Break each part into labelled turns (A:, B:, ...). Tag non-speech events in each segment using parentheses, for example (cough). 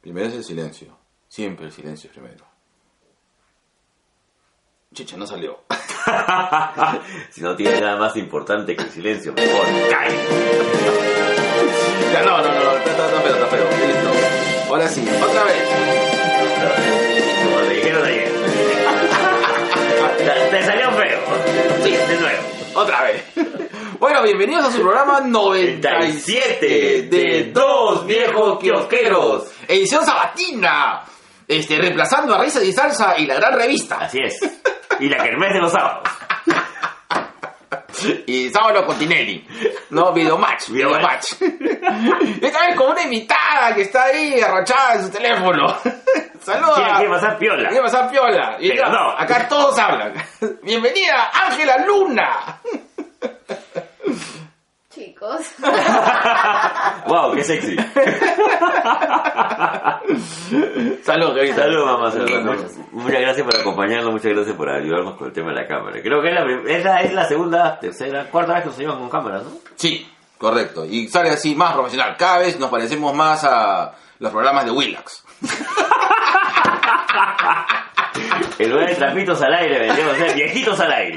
A: Primero es el silencio. Siempre el silencio primero. Chicha, no salió. (laughs)
B: (laughs) Si no tiene nada más importante que el silencio, por favor, cae.
A: Ya, no, no, no, no, está, está- está feo, está feo. Listo. Ahora sí, otra vez.
B: Como te dijeron ayer. (laughs) Te- Te salió feo. Sí, de nuevo.
A: Otra vez. (laughs) Bueno, bienvenidos a su programa 97 de Dos Viejos Kiosqueros. Edición sabatina. Este, reemplazando a Risa y Salsa y la gran revista.
B: Así
A: (laughs)
B: es. Y la kermés de los sábados.
A: Y Sábado Continelli. No, Videomatch. Videomatch. Esta vez con una invitada que está ahí arrachada en su (laughs) teléfono. Saludos.
B: Tiene que pasar piola.
A: Tiene que pasar piola. Y
B: Pero
A: acá-
B: no.
A: Acá todos hablan. (laughs) Bienvenida, Ángela Luna.
C: Chicos, (laughs)
B: Wow, qué sexy.
A: Saludos, Javier.
B: Saludos, mamá. Saludos.
A: Saludos.
B: Muchas gracias por acompañarnos. Muchas gracias por ayudarnos con el tema de la cámara. Creo que es la, prim- es la, es la segunda, tercera, cuarta vez que nos ayudan con cámaras, ¿no?
A: Sí, correcto. Y sale así más profesional. Cada vez nos parecemos más a los programas de Willax.
B: En lugar de trapitos al aire, vendríamos a ser viejitos al aire.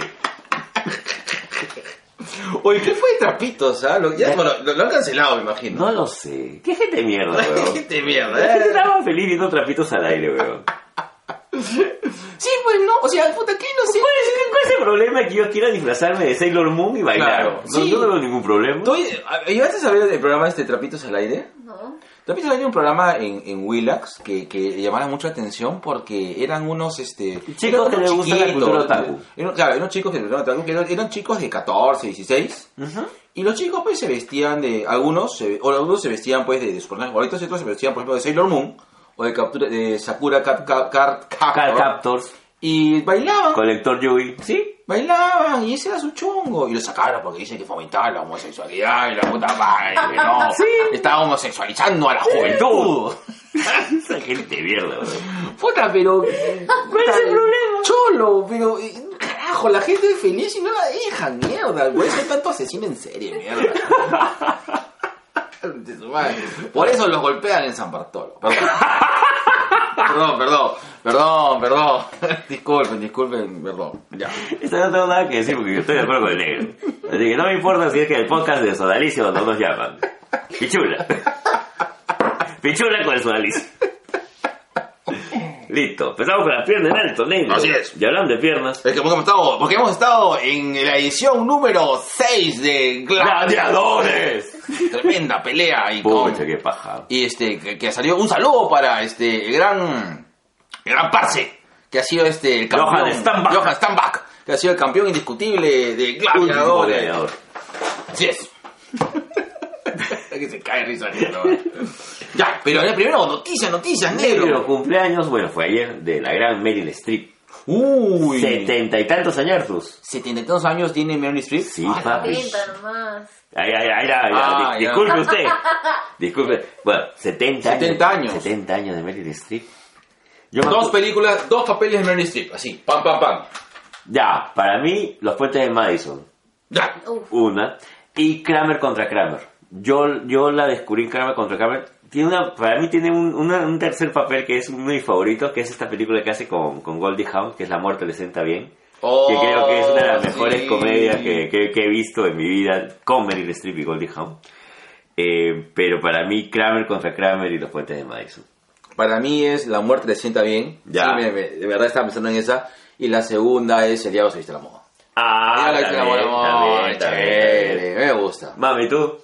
A: Oye, ¿qué fue de Trapitos? ah? Lo, ya- bueno, lo, lo han cancelado, me (laughs) imagino.
B: No lo sé. Qué gente de mierda,
A: (laughs)
B: weón.
A: ¿Qué
B: La
A: te mierda?
B: (laughs)
A: eh?
B: gente estaba feliz viendo trapitos al aire, weón.
A: Sí, pues no. O sea, puta, ¿qué no sé?
B: ¿Cuál es, cuál es el problema que yo quiera disfrazarme de Sailor Moon y bailar?
A: Claro,
B: no,
A: sí.
B: yo no veo ningún problema.
A: ¿Tú llegaste a saber el programa este Trapitos al Aire?
C: no.
A: Trapitos al Aire era un programa en, en Willax que, que llamaba mucha atención porque eran unos, este... eran
B: Chicos
A: unos
B: que les gusta la
A: chiquitos. eh,
B: cultura otaku.
A: Eran, claro, eran chicos que les gusta la otaku, que eran, eran chicos de 14, 16.
B: Ujú.
A: Y los chicos pues se vestían de... Algunos se, o algunos se vestían pues de, de sus personajes favoritos y otros se vestían por ejemplo de Sailor Moon o de, captura, de Sakura Card
B: Car Captors,
A: Y bailaban.
B: Colector Yui. ¿Sí?
A: Bailaban y ese era su chongo. Y lo sacaron porque dicen que fomentaban la homosexualidad y la puta madre. que (laughs) No,
B: Sí.
A: estaba homosexualizando a la juventud.
B: (laughs) Esa gente de mierda, weón.
A: Puta, pero. ¿Cuál es el problema? Cholo, pero. eh, Carajo, la gente es feliz y no la dejan, mierda. Por eso hay tanto asesino en serie, (laughs) mierda. De su madre. Por eso los golpean en San Bartolo. (laughs) Perdón. Perdón, perdón, perdón, perdón. (laughs) Disculpen, disculpen, perdón. Ya.
B: Esto no tengo nada que decir porque yo estoy de acuerdo con el negro. Así que no me importa si es que el podcast de Sodalicio no nos llaman. Pichula. Pichula con el Sodalicio. Listo. Empezamos con la pierna en alto, negro.
A: Así es.
B: Y hablando de piernas.
A: Es que porque hemos estado, porque hemos estado en la edición número 6 de
B: ¡Gladiadores!
A: Tremenda pelea y con-
B: Pucha, qué paja.
A: y este que, que salió un saludo para este el gran el gran Parce, que ha sido este el campeón
B: Johan Stambach.
A: Johan Stambach, que ha sido el campeón indiscutible de
B: Último
A: gladiadores.
B: gladiador.
A: Así es. (laughs) que se cae de risa. negro. ya, pero eh, primero noticias, noticias,
B: Negro,
A: negro.
B: cumpleaños, bueno, fue ayer, de la gran Meryl Streep.
A: Uy.
B: Setenta y tantos años.
A: 72 años tiene Meryl Streep.
B: Sí,
A: Ah, la
B: papi.
A: vez.
C: 30 nomás.
B: Ay, ay, ay, ay, ay,
A: Ah,
B: di-
A: ya.
B: disculpe usted. Disculpe. Bueno, 70 años.
A: 70 años.
B: 70 años de Meryl Streep. Yo me
A: Dos
B: acuerdo-
A: películas, dos papeles de Meryl Streep, así, pam, pam, pam.
B: Ya, para mí, Los Puentes de Madison,
A: Ya.
C: (laughs) Uf,
B: una. Y Kramer contra Kramer. Yo, yo la descubrí en Kramer contra Kramer. Tiene una, para mí tiene un, una- un tercer papel que es uno de mis favoritos, que es esta película que hace con, con Goldie Hawn, que es La muerte le sienta bien.
A: Oh,
B: que creo que es una de las mejores
A: sí.
B: comedias que, que- que he visto en mi vida, con Meryl Streep y Goldie Hawn. Eh, pero para mí, Kramer contra Kramer y Los Puentes de Madison.
A: Para mí es La muerte le sienta bien.
B: Ya.
A: Sí, me- me- de verdad estaba pensando en esa. Y la segunda es El diablo se viste la moda.
B: Ah,
A: Ya la
B: también,
A: colaboramos,
B: también, también, también.
A: chévere, Me gusta.
B: Mami, ¿tú?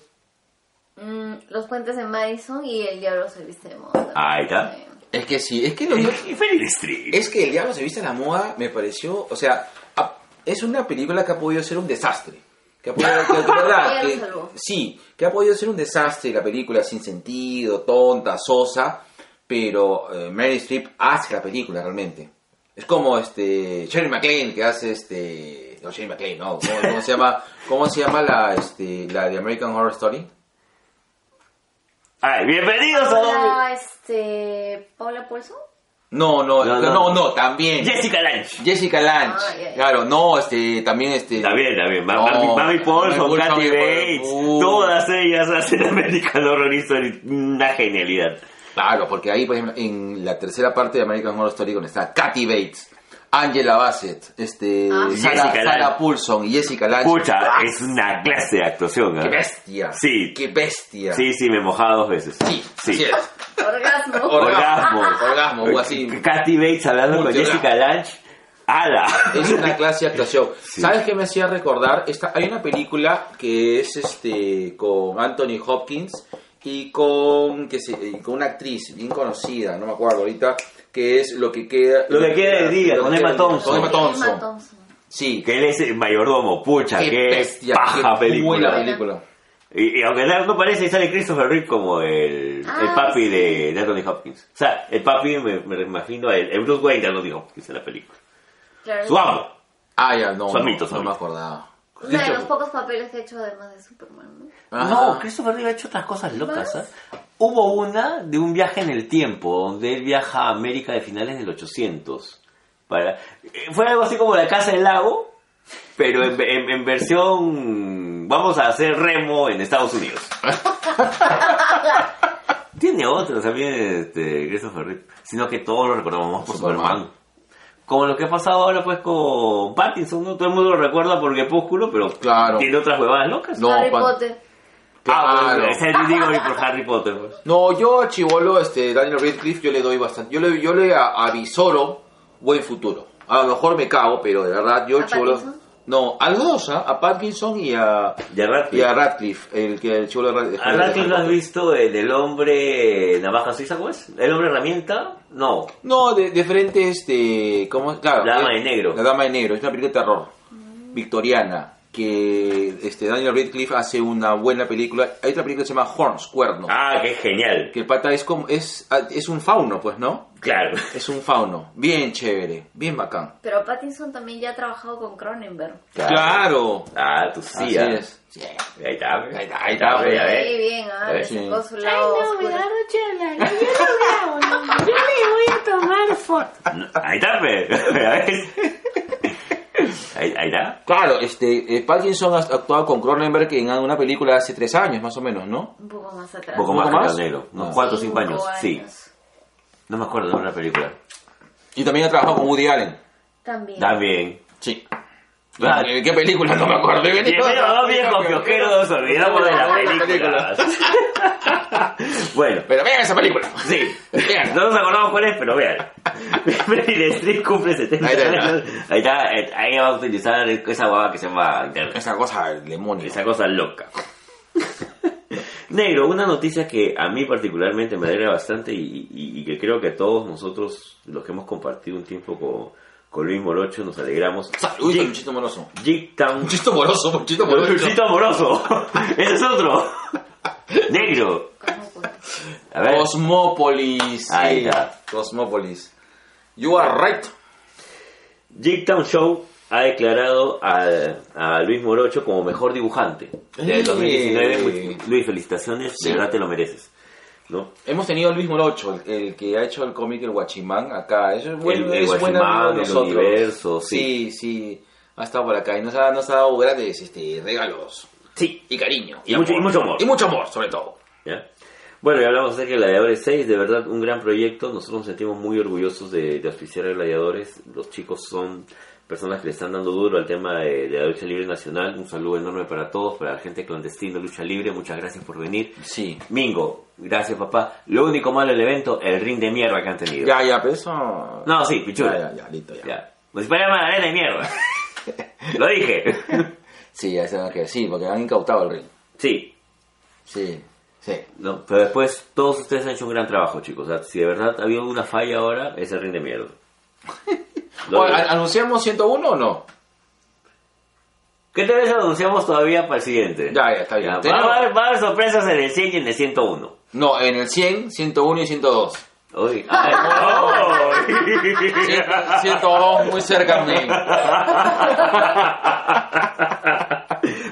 C: mm, los puentes de Madison y el diablo se viste de moda.
B: Ahí está.
C: Sí.
A: Es que sí, es que lo
B: Y Meryl Streep.
A: es que El diablo se viste la moda me pareció, o sea, ha- es una película que ha podido ser un desastre. Que ha podido,
C: (laughs)
A: que, de verdad,
C: Ya lo
A: que-
C: salvó.
A: sí, que ha podido ser un desastre la película sin sentido, tonta, sosa, pero eh, Mary Streep hace la película realmente. Es como este Shirley MacLaine que hace este no Shirley MacLaine, no, ¿cómo, cómo se llama? ¿Cómo se llama la este la de American Horror Story?
B: Ay, bienvenidos a...
C: Hola, este. Paula Pulso.
A: No, no,
B: No,
A: no,
B: no.
A: no, también.
B: Jessica Lange.
A: Jessica Lange.
C: Ah, ya, ya.
A: Claro, no, este, también este.
B: También, también. Ma-
A: No,
B: Mami, Mami Paulson,
A: Mami
B: Kathy
A: Paulson,
B: Bates.
A: uh.
B: Todas ellas hacen American Horror Story. Una genialidad.
A: Claro, porque ahí, por ejemplo, en la tercera parte de American Horror Story, donde está Kathy Bates, Angela Bassett, este,
C: Ah.
A: Sarah,
B: Jessica Lange.
A: Sarah Poulson y Jessica Lange.
B: Pucha,
A: ¡Ah!
B: es una clase de actuación. ¿ah?
A: ¡Qué bestia!
B: Sí.
A: ¡Qué bestia!
B: Sí, sí, me he mojado dos veces.
A: sí, así es.
C: Orgasmo.
A: Orgasmo.
B: Orgasmo.
A: Orgasmo, o así.
B: Eh, Katy Bates hablando con
A: Multiorgasmo.
B: Jessica Lange. ¡Ala!
A: Es una clase de
B: (laughs)
A: actuación. ¿Sabes qué me hacía recordar? Esta, hay una película que es este con Anthony Hopkins y con, que se- y con una actriz bien conocida, no me acuerdo ahorita, que es lo que queda...
B: Lo que queda del día,
A: Lo
B: con
A: que
B: Emma
A: queda del día,
B: Thompson.
A: Con Emma Thompson.
C: Emma Thompson.
A: Sí.
B: Que él es el mayordomo, pucha,
A: Qué
B: qué
A: bestia,
B: paja
A: qué buena
B: película.
A: película.
B: Y, y aunque no parece, sale Christopher Reeve como el,
C: Ah,
B: el papi
C: sí.
B: de, de Anthony Hopkins. O sea, el papi, me, me imagino, el, el Bruce Wayne de Anthony Hopkins en la película.
C: Claro.
B: Su amo.
A: Ah, ya, no,
B: Son mitos,
A: no, no
B: son
A: me
B: mitos.
A: acordaba.
C: Uno de los pocos papeles que he hecho además de Superman, ¿no?
A: Ah.
B: No, Christopher Reeve ha hecho otras cosas locas.
C: ¿Más?
B: ¿ah? Hubo una de un viaje en el tiempo, donde él viaja a América de finales del 800. Para... eh, Fue algo así como la Casa del Lago, pero en, en- en versión vamos a hacer remo en Estados Unidos.
A: (laughs)
B: Tiene otros también este, Christopher Reeve, sino que todos lo recordamos más por
A: Superman.
B: Superman. Como lo que ha pasado ahora pues con Pattinson, ¿no? todo el mundo lo recuerda por Crepúsculo, pero
A: Claro.
B: tiene otras huevadas locas.
A: No,
C: Harry
A: pa-
C: Potter.
B: Ah,
A: Claro.
B: bueno, ese es el digo y por Harry Potter. pues.
A: No, yo a Chivolo, este, Daniel Radcliffe, yo le doy bastante. Yo le, yo le a- avisoro buen futuro. A lo mejor me cago, pero de verdad, yo
C: ¿A
A: Chivolo.
C: Pattinson?
A: No, a los dos, ¿ah? a Parkinson y a,
B: Y a
A: y
B: Radcliffe.
A: a Radcliffe, el que el Chivolo de Rad-
B: A Radcliffe lo has visto en El hombre eh, navaja suiza, ¿cómo es? ¿El hombre herramienta? No.
A: No, de, de frente, este. ¿Cómo? Claro.
B: La Dama
A: eh,
B: de Negro.
A: La Dama de Negro, es una película de terror. Victoriana. Que este, Daniel Radcliffe hace una buena película. Hay otra película que se llama Horns, Cuerno.
B: Ah, qué genial.
A: Que el pata es como. Es, es un fauno, pues, ¿no?
B: Claro.
A: Es un fauno, bien chévere, bien bacán.
C: Pero Pattinson también ya ha trabajado con Cronenberg.
A: Claro.
B: Ah, tú
A: Así
B: sí. ah.
A: es.
B: Ahí está.
A: Ahí está, ahí está,
B: ve,
A: ve.
B: a ver.
C: Sí, bien, ah,
A: Eh,
C: le
A: sí.
C: sacó su
D: Ay,
C: lado
D: no, me
C: oscuro.
D: da chela. Yo no veo, no. Yo me voy a tomar foto.
B: No, Ahí está, ve. A ver. Ahí, ahí está.
A: Claro, este, eh, Parkinson ha actuado con Cronenberg en una película hace tres años más o menos, ¿no?
C: Un poco más
B: Un
C: atrás.
B: poco más
A: ¿Poco más?
B: que negro. Unos
A: Ah.
B: cuatro o cinco años. Sí. No me acuerdo de una película.
A: Y también ha trabajado con Woody Allen.
C: También.
B: También.
A: Sí.
B: Ah.
A: ¿En ¿Qué película? No me acuerdo. (laughs)
B: Bienvenidos a dos viejos pioqueros, nos olvidamos de las películas. (laughs) bueno,
A: Pero vean esa película.
B: sí.
A: Vean.
B: No nos acordamos cuál es, pero vean. Meryl Streep cumple 70
A: Ahí está, ahí está.
B: años. Ahí está, eh, ahí va a utilizar esa guava que se llama internet.
A: Esa cosa del demonio.
B: Esa cosa loca. Negro, una noticia que a mí particularmente me alegra bastante y, y- y que creo que a todos nosotros, los que hemos compartido un tiempo con, con Luis Morocho, nos alegramos.
A: Uy, un
B: Jig-
A: chiste moroso.
B: Jigtown
A: Chiste moroso, un chiste moroso.
B: Luchito amoroso. (laughs) Ese es otro. Negro.
C: ¿Cómo puede?
B: A ver.
A: Cosmópolis. sí.
B: Ahí está.
A: Cosmópolis. You are right.
B: Jigtown Show ha declarado a, a Luis Morocho como mejor dibujante del 2019.
A: Eh.
B: Luis, felicitaciones.
A: Sí.
B: De verdad te lo mereces. ¿No?
A: Hemos tenido a Luis Morocho, el, el que ha hecho el cómic El Guachimán acá. Es, buen-
B: El- el
A: es buen
B: Guachimán,
A: amigo de
B: el
A: nosotros.
B: universo,
A: Sí,
B: sí.
A: sí, Ha estado por acá y nos ha, nos ha dado grandes este, regalos
B: Sí.
A: y cariño.
B: Y mucho- y mucho amor.
A: Y mucho amor, sobre todo.
B: ¿Ya? Bueno, y hablamos acerca de Gladiadores 6, de verdad un gran proyecto, nosotros nos sentimos muy orgullosos de, de auspiciar a Gladiadores, los chicos son personas que le están dando duro al tema de, de la lucha libre nacional, un saludo enorme para todos, para la gente clandestina de lucha libre, muchas gracias por venir.
A: Sí.
B: Mingo, gracias papá, lo único malo del evento, el ring de mierda que han tenido.
A: Ya, ya, pero eso...
B: No, sí,
A: ya,
B: pichula.
A: ya, ya, listo, ya.
B: Ya. Nos disparamos a la arena
A: (laughs)
B: de mierda. lo dije.
A: Sí, ya se va a quedar. Sí, porque han incautado el ring.
B: sí,
A: Sí, sí.
B: No, pero después todos ustedes han hecho un gran trabajo, chicos. O sea, si de verdad ha habido una falla ahora, ese ring de
A: (laughs)
B: mierda. Lo
A: Bueno,
B: digo.
A: ¿an- ¿Anunciamos 101 o no?
B: ¿Qué tal vez anunciamos todavía para el siguiente?
A: Ya, ya, está bien.
B: va,
A: Tenemos-
B: a haber, va a haber sorpresas en el 100 y en el 101.
A: No, en el 100, 101 y 102.
B: Uy,
A: (laughs)
B: ay, ay.
A: 100, 102, muy cerca, men.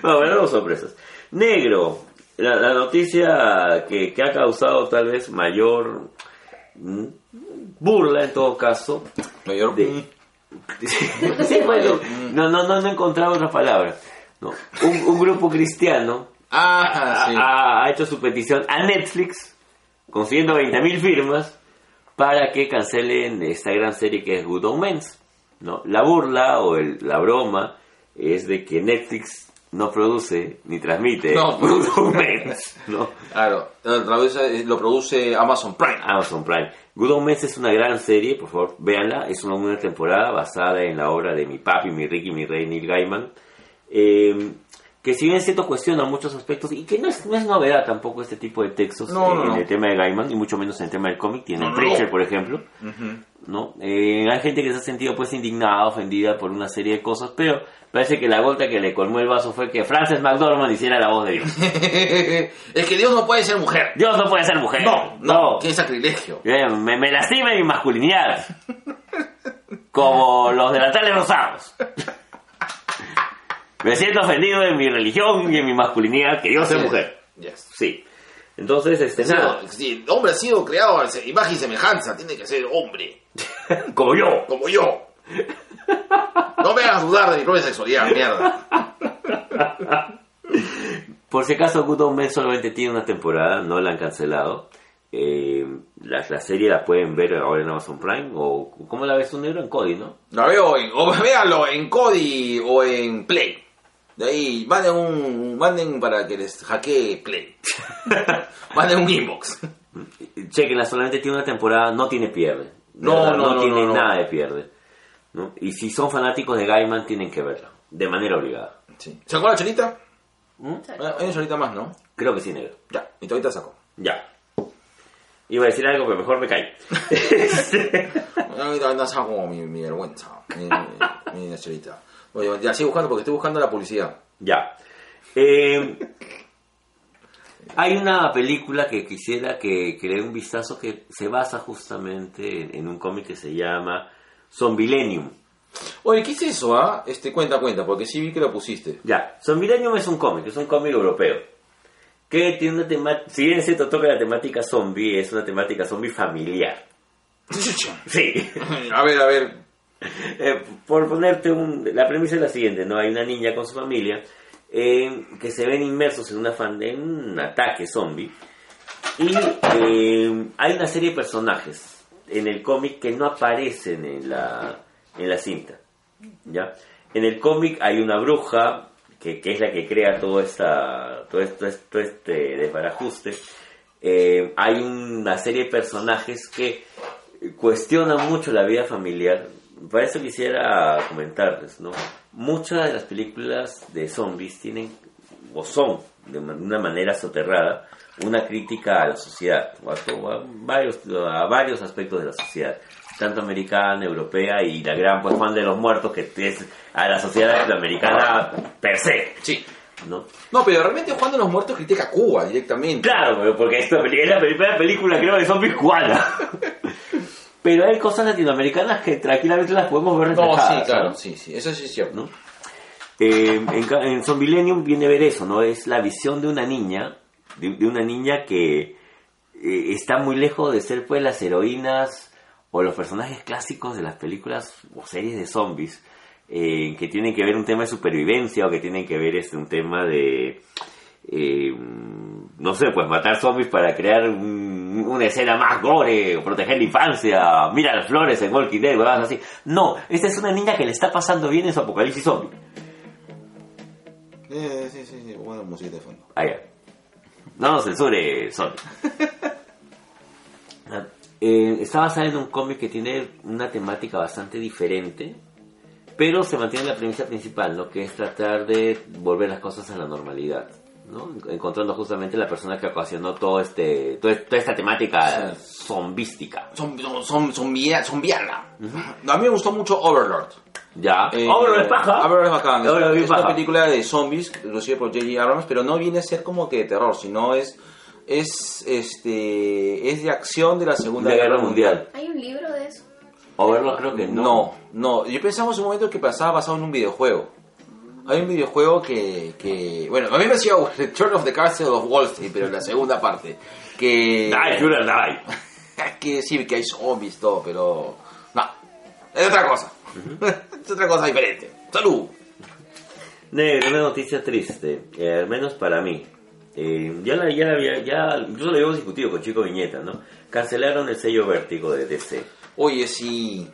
B: No, bueno, no sorpresas. Negro, la, la noticia que, que ha causado tal vez mayor mm, burla en todo caso
A: Mayor...
B: De- Sí, bueno, no, no, no, no encontraba otra palabra. No. Un, un grupo cristiano
A: Ah,
B: ha,
A: sí.
B: ha- ha hecho su petición a Netflix consiguiendo 20.000 firmas para que cancelen esta gran serie que es Good Omens. ¿no? La burla o el- la broma es de que Netflix no produce ni transmite
A: No,
B: Good
A: pues.
B: Omens. ¿no?
A: Claro, lo produce, lo produce Amazon Prime.
B: Amazon Prime. Good Omens es una gran serie, por favor, véanla. Es una buena temporada basada en la obra de mi papi, mi Ricky, mi rey, Neil Gaiman. Eh, que si bien es cierto cuestiona muchos aspectos y que no es, no es novedad tampoco este tipo de textos
A: No,
B: eh,
A: no,
B: en
A: no.
B: el tema de Gaiman y mucho menos en el tema del cómic. Tiene
A: No, no.
B: Preacher, por ejemplo.
A: Ujú.
B: ¿no? Eh, hay gente que se ha sentido pues indignada, ofendida por una serie de cosas, pero parece que la gota que le colmó el vaso fue que Frances McDormand hiciera la voz de Dios.
A: (laughs) es que Dios no puede ser mujer.
B: Dios no puede ser mujer.
A: No,
B: No.
A: no, qué sacrilegio.
B: Eh, Me, me lastima mi masculinidad. Como los delatales rosados. Me siento ofendido en mi religión y en mi masculinidad, que Dios es mujer.
A: Yes.
B: Sí. Entonces, este, nada,
A: No, si el hombre ha sido creado a se- imagen y semejanza, tiene que ser hombre,
B: como yo.
A: como yo. No me hagas dudar de mi propia sexualidad, mierda.
B: Por si acaso, Good Omens solamente tiene una temporada, no la han cancelado. Eh, la, la serie la pueden ver ahora en Amazon Prime o... ¿Cómo la ves un negro en Cody, no?
A: La veo en, o véanlo en Cody o en Play. De ahí manden un manden para que les hackee (laughs) Play. manden un inbox.
B: Chequenla, solamente tiene una temporada, no tiene pierde. De
A: No,
B: verdad,
A: no, no,
B: tiene
A: no, no.
B: nada de pierde. ¿no? Y si son fanáticos de Gaiman, tienen que verla, de manera obligada.
A: Sí. ¿Sacó la cholita?
B: ¿Mm?
A: Bueno, Hay una cholita más, ¿no?
B: Creo que sí, negro.
A: Ya, mi ahorita (laughs) sacó.
B: Ya. Iba a decir algo, pero mejor me caí.
A: Ahí está, ahí está como mi, mi vergüenza, mi, mi, mi cholita. Bueno, ya sigo buscando porque estoy buscando la publicidad.
B: ya. Eh, hay una película que quisiera que, que le dé un vistazo que se basa justamente en, en un cómic que se llama Zombilenium.
A: Oye, ¿qué es eso, ah? Este, cuenta, cuenta, porque sí vi que la pusiste.
B: Ya, Zombielandium es un cómic, es un cómic europeo. Que tiene una temática. Si bien es cierto, toca la temática zombie, es una temática zombie familiar. (laughs) Sí.
A: (laughs) A ver, a ver.
B: Eh, por ponerte un. La premisa es la siguiente: ¿no? Hay una niña con su familia eh, que se ven inmersos en, una fan- en un ataque zombie. Y eh, hay una serie de personajes en el cómic que no aparecen en la, en la cinta. ¿ya? En el cómic hay una bruja que, que es la que crea todo, esta, todo, esto, esto- este desbarajuste. Eh, hay una serie de personajes que cuestionan mucho la vida familiar. Para eso quisiera comentarles, ¿no? Muchas de las películas de zombies tienen o son de ma- una manera soterrada una crítica a la sociedad, o a, to- a varios, a varios aspectos de la sociedad, tanto americana, europea y la gran pues Juan de los Muertos que es a la sociedad latinoamericana per se,
A: Sí.
B: ¿no?
A: No, pero realmente Juan de los Muertos critica a Cuba directamente.
B: Claro, pero porque esta peli- es la primera película creo de zombies cubana. (laughs) Pero hay cosas latinoamericanas que tranquilamente las podemos ver
A: No,
B: reflejadas.
A: sí, claro,
B: ¿no?
A: sí, sí, eso sí es cierto.
B: ¿no? Eh, en, ca- en Zombilenium viene a ver eso, ¿no? Es la visión de una niña, de, de una niña que eh, está muy lejos de ser pues las heroínas o los personajes clásicos de las películas o series de zombies, eh, que tienen que ver un tema de supervivencia o que tienen que ver este, un tema de, eh, no sé, pues matar zombies para crear un- una escena más gore, o proteger la infancia, mira las flores en Walking Dead, cosas así. No, esta es una niña que le está pasando bien en su apocalipsis zombie.
A: Eh, sí, sí, sí, buena música de fondo.
B: Allá. No nos censure, (laughs) Sony. Ah, eh, está basada en un cómic que tiene una temática bastante diferente, pero se mantiene la premisa principal, ¿no? Que es tratar de volver las cosas a la normalidad, ¿no? Encontrando justamente la persona que ocasionó todo este, todo- toda esta temática zombística.
A: Son, son, son, son, via- son viana. A mí me gustó mucho Overlord.
B: ¿Ya?
A: Eh,
B: ¡Obro de Ah, paja!
A: Overlord es bacán. Es-
B: Overlord es
A: es una
B: paja.
A: película de zombies, producida por J.J. Abrams, pero no viene a ser como que de terror, sino es es este es de acción de la Segunda
B: De Guerra Mundial.
C: ¿Hay un libro de eso?
B: Overlord creo que no.
A: No, no. Yo pensamos un momento que pasaba basado en un videojuego. Hay un videojuego que, que bueno, a mí me hacía (laughs) Return of the Castle of Wall Street, pero en la segunda parte que
B: Die, Julian, die.
A: (laughs) que sí, que hay zombies todo, pero no, es otra cosa, (laughs) es otra cosa diferente. Salud.
B: Negro, una noticia triste, eh, al menos para mí. eh, ya la, ya la había, ya, incluso lo habíamos discutido con Chico Viñeta, ¿no? Cancelaron el sello vértigo de DC.
A: Oye, sí.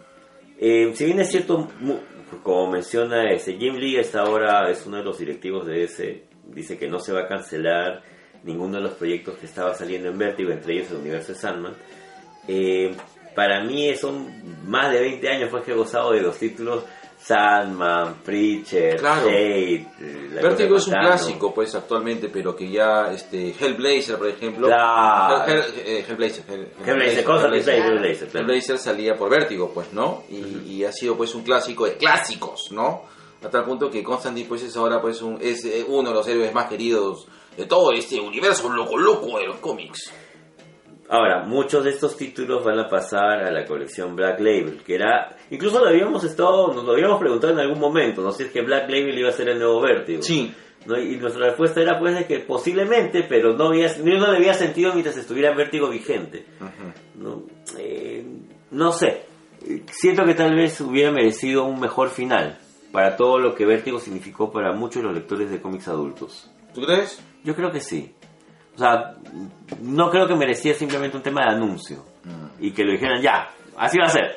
B: Eh, si bien es cierto, mu- como menciona ese, Jim Lee hasta ahora es uno de los directivos de ese, dice que no se va a cancelar ninguno de los proyectos que estaba saliendo en Vértigo, entre ellos el universo de Sandman. Eh, para mí son más de 20 años pues que he gozado de los títulos Sandman, Preacher,
A: Claro.
B: Shade, eh, La
A: Vertigo
B: Cosa
A: es un
B: Fantasma.
A: clásico, pues, actualmente, pero que ya, este, Hellblazer, por ejemplo.
B: Claro.
A: Hell- Hell- eh, Hellblazer. Hell-
B: Hellblazer, cosa que sea,
C: Hellblazer.
B: Hellblazer, claro.
A: Hellblazer salía por Vértigo, pues, ¿no? Y, y ha sido, pues, un clásico de clásicos, ¿no? A tal punto que Constantine, pues, es ahora, pues, un- es eh, uno de los héroes más queridos de todo este universo loco, loco de los cómics.
B: Ahora, muchos de estos títulos van a pasar a la colección Black Label, que era, incluso lo habíamos estado, nos lo habíamos preguntado en algún momento, no sé si es que Black Label iba a ser el nuevo vértigo.
A: Sí.
B: ¿no? Y nuestra respuesta era pues de que posiblemente, pero no había, no le había sentido mientras estuviera vértigo vigente. ¿no? Eh, no sé, siento que tal vez hubiera merecido un mejor final para todo lo que vértigo significó para muchos de los lectores de cómics adultos.
A: ¿Tú crees?
B: Yo creo que sí. O sea, no creo que merecía simplemente un tema de anuncio. Y que lo dijeran ya, así va a ser.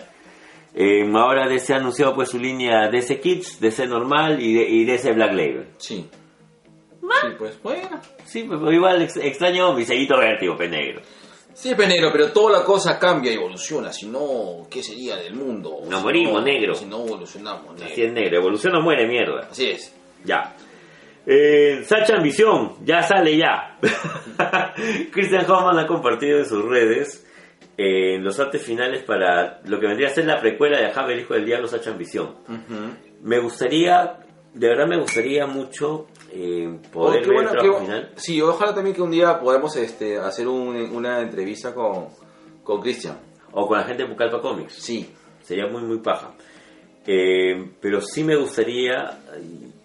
B: Eh, ahora DC ha anunciado pues su línea DC Kids, DC Normal y, de- y DC Black Label.
A: Sí. Sí, pues, bueno.
B: Sí, pero igual ex- extraño mi sellito pues, vértigo, penegro.
A: Sí, Penegro, pero toda la cosa cambia y evoluciona. Si no, ¿qué sería del mundo?
B: Nos
A: Si
B: morimos,
A: no-
B: negro.
A: Si no evolucionamos, negro.
B: Así es negro, evolución o muere mierda.
A: Así es.
B: Ya. Eh, Sacha Ambición, ya sale ya. (laughs) Christian Hoffman ha compartido en sus redes eh, los artes finales para lo que vendría a ser la precuela de Javier el Hijo del Diablo, Sacha Ambición. Me gustaría, de verdad me gustaría mucho eh, poder
A: Oh, qué
B: ver
A: bueno,
B: el
A: qué
B: trabajo
A: bu-
B: final.
A: Sí, ojalá también que un día podamos este, hacer un- una entrevista con, con Christian.
B: O con la gente de Pucallpa Comics.
A: Sí. (laughs)
B: Sería muy, muy paja. Eh, pero sí me gustaría,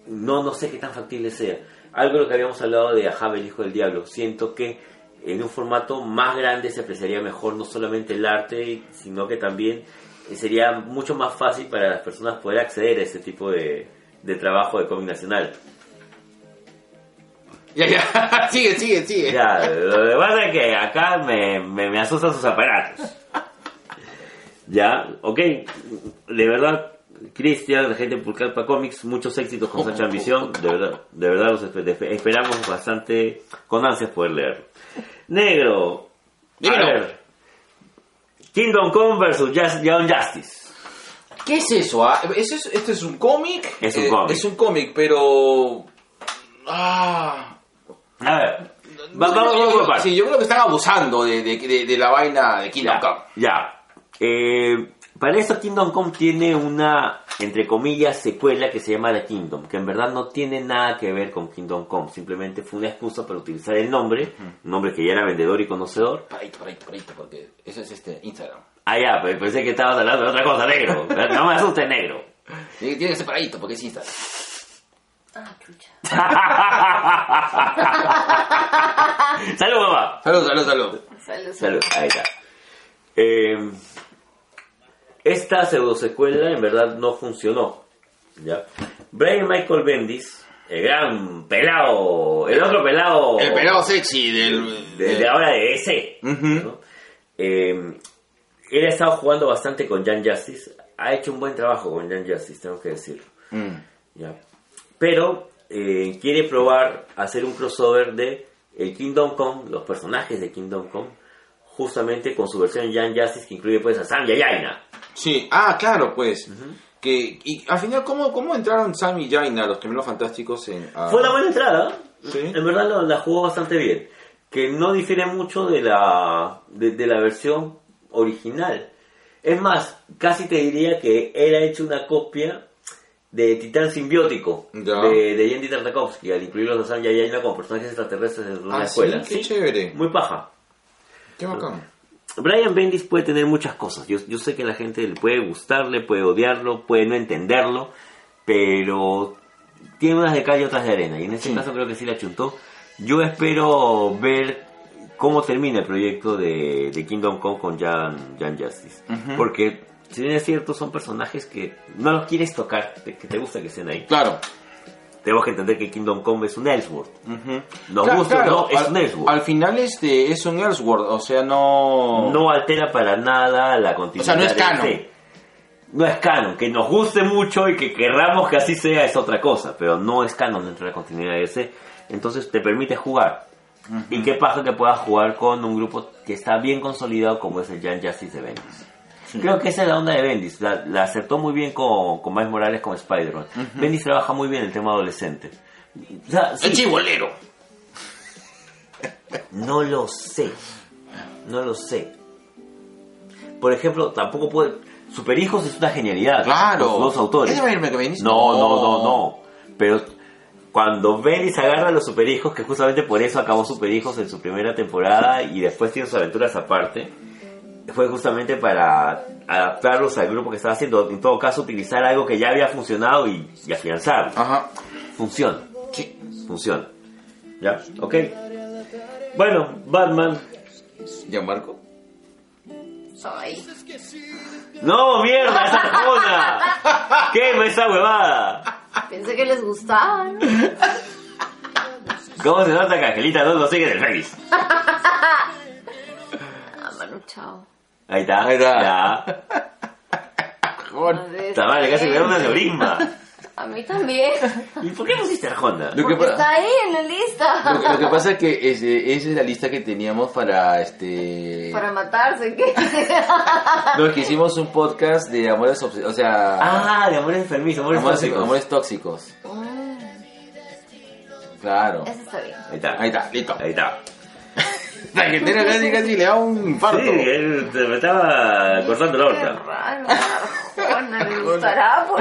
B: no, no sé qué tan factible sea. Algo de lo que habíamos hablado de Ahab, el hijo del diablo. Siento que en un formato más grande se apreciaría mejor no solamente el arte, sino que también sería mucho más fácil para las personas poder acceder a ese tipo de, de trabajo de cómic nacional.
A: Ya, ya. sigue, sigue, sigue.
B: Ya, lo que pasa es que acá me, me, me asustan sus aparatos. Ya, ok. De verdad, Cristian, la gente de Pulcalpa Comics, muchos éxitos con Sacha Ambición. De verdad, de verdad los espe- espe- esperamos bastante con ansias poder leerlo. Negro. A
A: Dímelo.
B: ver. Kingdom Come vs. Just, Young Justice.
A: ¿Qué es eso? ah? ¿Es eso- ¿Esto es un cómic? Eh,
B: Es un cómic.
A: Es un cómic, pero... Ah...
B: A ver. va-
A: no,
B: vamos
A: yo
B: vamos
A: creo-
B: por partes.
A: Sí, yo creo que están abusando de, de, de- de la vaina de Kingdom Come.
B: Ya. ya. Eh, para eso Kingdom Come tiene una, entre comillas, secuela que se llama The Kingdom, que en verdad no tiene nada que ver con Kingdom Come, simplemente fue una excusa para utilizar el nombre, un nombre que ya era vendedor y conocedor.
A: Paradito, paradito, paradito, porque eso es este Instagram.
B: Ah, ya, pe- pensé que estabas hablando de otra cosa, negro. (laughs) No me asustes, negro.
A: Tiene tiene que ser paradito, porque es Instagram.
C: Ah, chucha.
B: Salud, mamá.
A: Salud, salud, salud.
C: Salud.
B: Salud, ahí está. Eh, esta pseudo secuela en verdad no funcionó. ¿ya? Brian Michael Bendis, el gran pelado, el otro pelado
A: El pelado sexy del...
B: de, de ahora de ese. Eh,
A: Ujú.
B: él ha estado jugando bastante con Jan Justice, ha hecho un buen trabajo con Jan Justice, tengo que decirlo.
A: Mm.
B: ¿ya? Pero eh, quiere probar hacer un crossover de el Kingdom Come, los personajes de Kingdom Come, justamente con su versión Jan Justice que incluye pues a Sam y a Jaina.
A: Sí, ah, claro, pues. que, y al final, ¿cómo, cómo entraron Sam y Jaina, los primeros fantásticos, en... a-
B: Fue una buena entrada,
A: Ah.
B: ¿eh?
A: Sí.
B: en verdad la, la jugó bastante bien, que no difiere mucho de la, de, de la versión original. Es más, casi te diría que él ha hecho una copia de Titán Simbiótico,
A: Ya.
B: de, de Andy Tartakovsky, al incluirlos a Sam y a Jaina como personajes extraterrestres en una
A: Ah, sí,
B: escuela.
A: qué chévere.
B: Muy paja.
A: Qué bacán.
B: Brian Bendis puede tener muchas cosas. Yo, yo sé que a la gente le puede gustarle, puede odiarlo, puede no entenderlo, pero tiene unas de cal y otras de arena. Y en este
A: Sí.
B: caso creo que sí la chuntó. Yo espero ver cómo termina el proyecto de, de Kingdom Come con Jan, Jan Justice. Porque, si bien es cierto, son personajes que no los quieres tocar, te- que te gusta que estén ahí.
A: Claro.
B: tenemos que entender que Kingdom Come es un Ellsworth.
A: Ujú.
B: Nos
A: Claro,
B: gusta o
A: claro,
B: no, es
A: al-
B: un Ellsworth.
A: Al final este es un Ellsworth, o sea, no...
B: no altera para nada la continuidad.
A: O sea, no es
B: del
A: canon.
B: té. No es canon. Que nos guste mucho y que querramos que así sea es otra cosa, pero no es canon dentro de la continuidad de ese. Entonces te permite jugar. Y qué pasa que puedas jugar con un grupo que está bien consolidado como es el Jan Justice de Bendis. Creo que esa es la onda de Bendis. La, la acertó muy bien con, con Miles Morales, con Spider-Man. Bendis trabaja muy bien el tema adolescente. O sea, sí,
A: El chibolero.
B: no lo sé. No lo sé. Por ejemplo, tampoco puede. Superhijos es una genialidad.
A: Claro.
B: Los dos autores.
A: ¿Es de Oh. Mary McBain?
B: No, no,
A: No.
B: no, no. Pero cuando Bendis agarra a los superhijos, que justamente por eso acabó Superhijos en su primera temporada y después tiene sus aventuras aparte, fue justamente para adaptarlos al grupo que estaba haciendo. En todo caso, utilizar algo que ya había funcionado y, y afianzarlo.
A: Ajá.
B: Funciona
A: Sí.
B: funciona. Ya, ok. Bueno, Batman.
A: Gianmarco.
C: Ay.
B: ¡No, mierda, esa cosa! ¡Quema esa huevada!
C: Pensé que les gustaban.
B: ¿Cómo se nota que Angelita no lo sigue del Félix?
C: Ah, Manu, chao.
B: Ahí está.
A: Ahí está.
B: Ya.
C: A ver,
B: Está mal, casi me da un aneurisma.
C: A mí
B: (laughs)
C: también.
B: ¿Y por qué pusiste Arjona?
A: Lo que
C: Porque
A: pa-
C: está ahí en la lista.
A: Lo, que- lo que pasa es que ese- esa es la lista que teníamos para este...
C: (laughs) Para matarse, ¿qué? (laughs)
A: No, es que hicimos un podcast de amores... obs- O sea...
B: Ah, de amores enfermizos, amores
A: amores,
B: tóxicos.
A: amores tóxicos.
C: Mm,
A: Claro.
C: Eso está bien.
B: Ahí está.
A: Ahí está, listo.
B: Ahí está.
A: La gente casi, casi le da un infarto.
B: Sí, eh. él te- me estaba cortando la
C: Qué
B: horta.
C: raro, Arjona, me gustará. Por...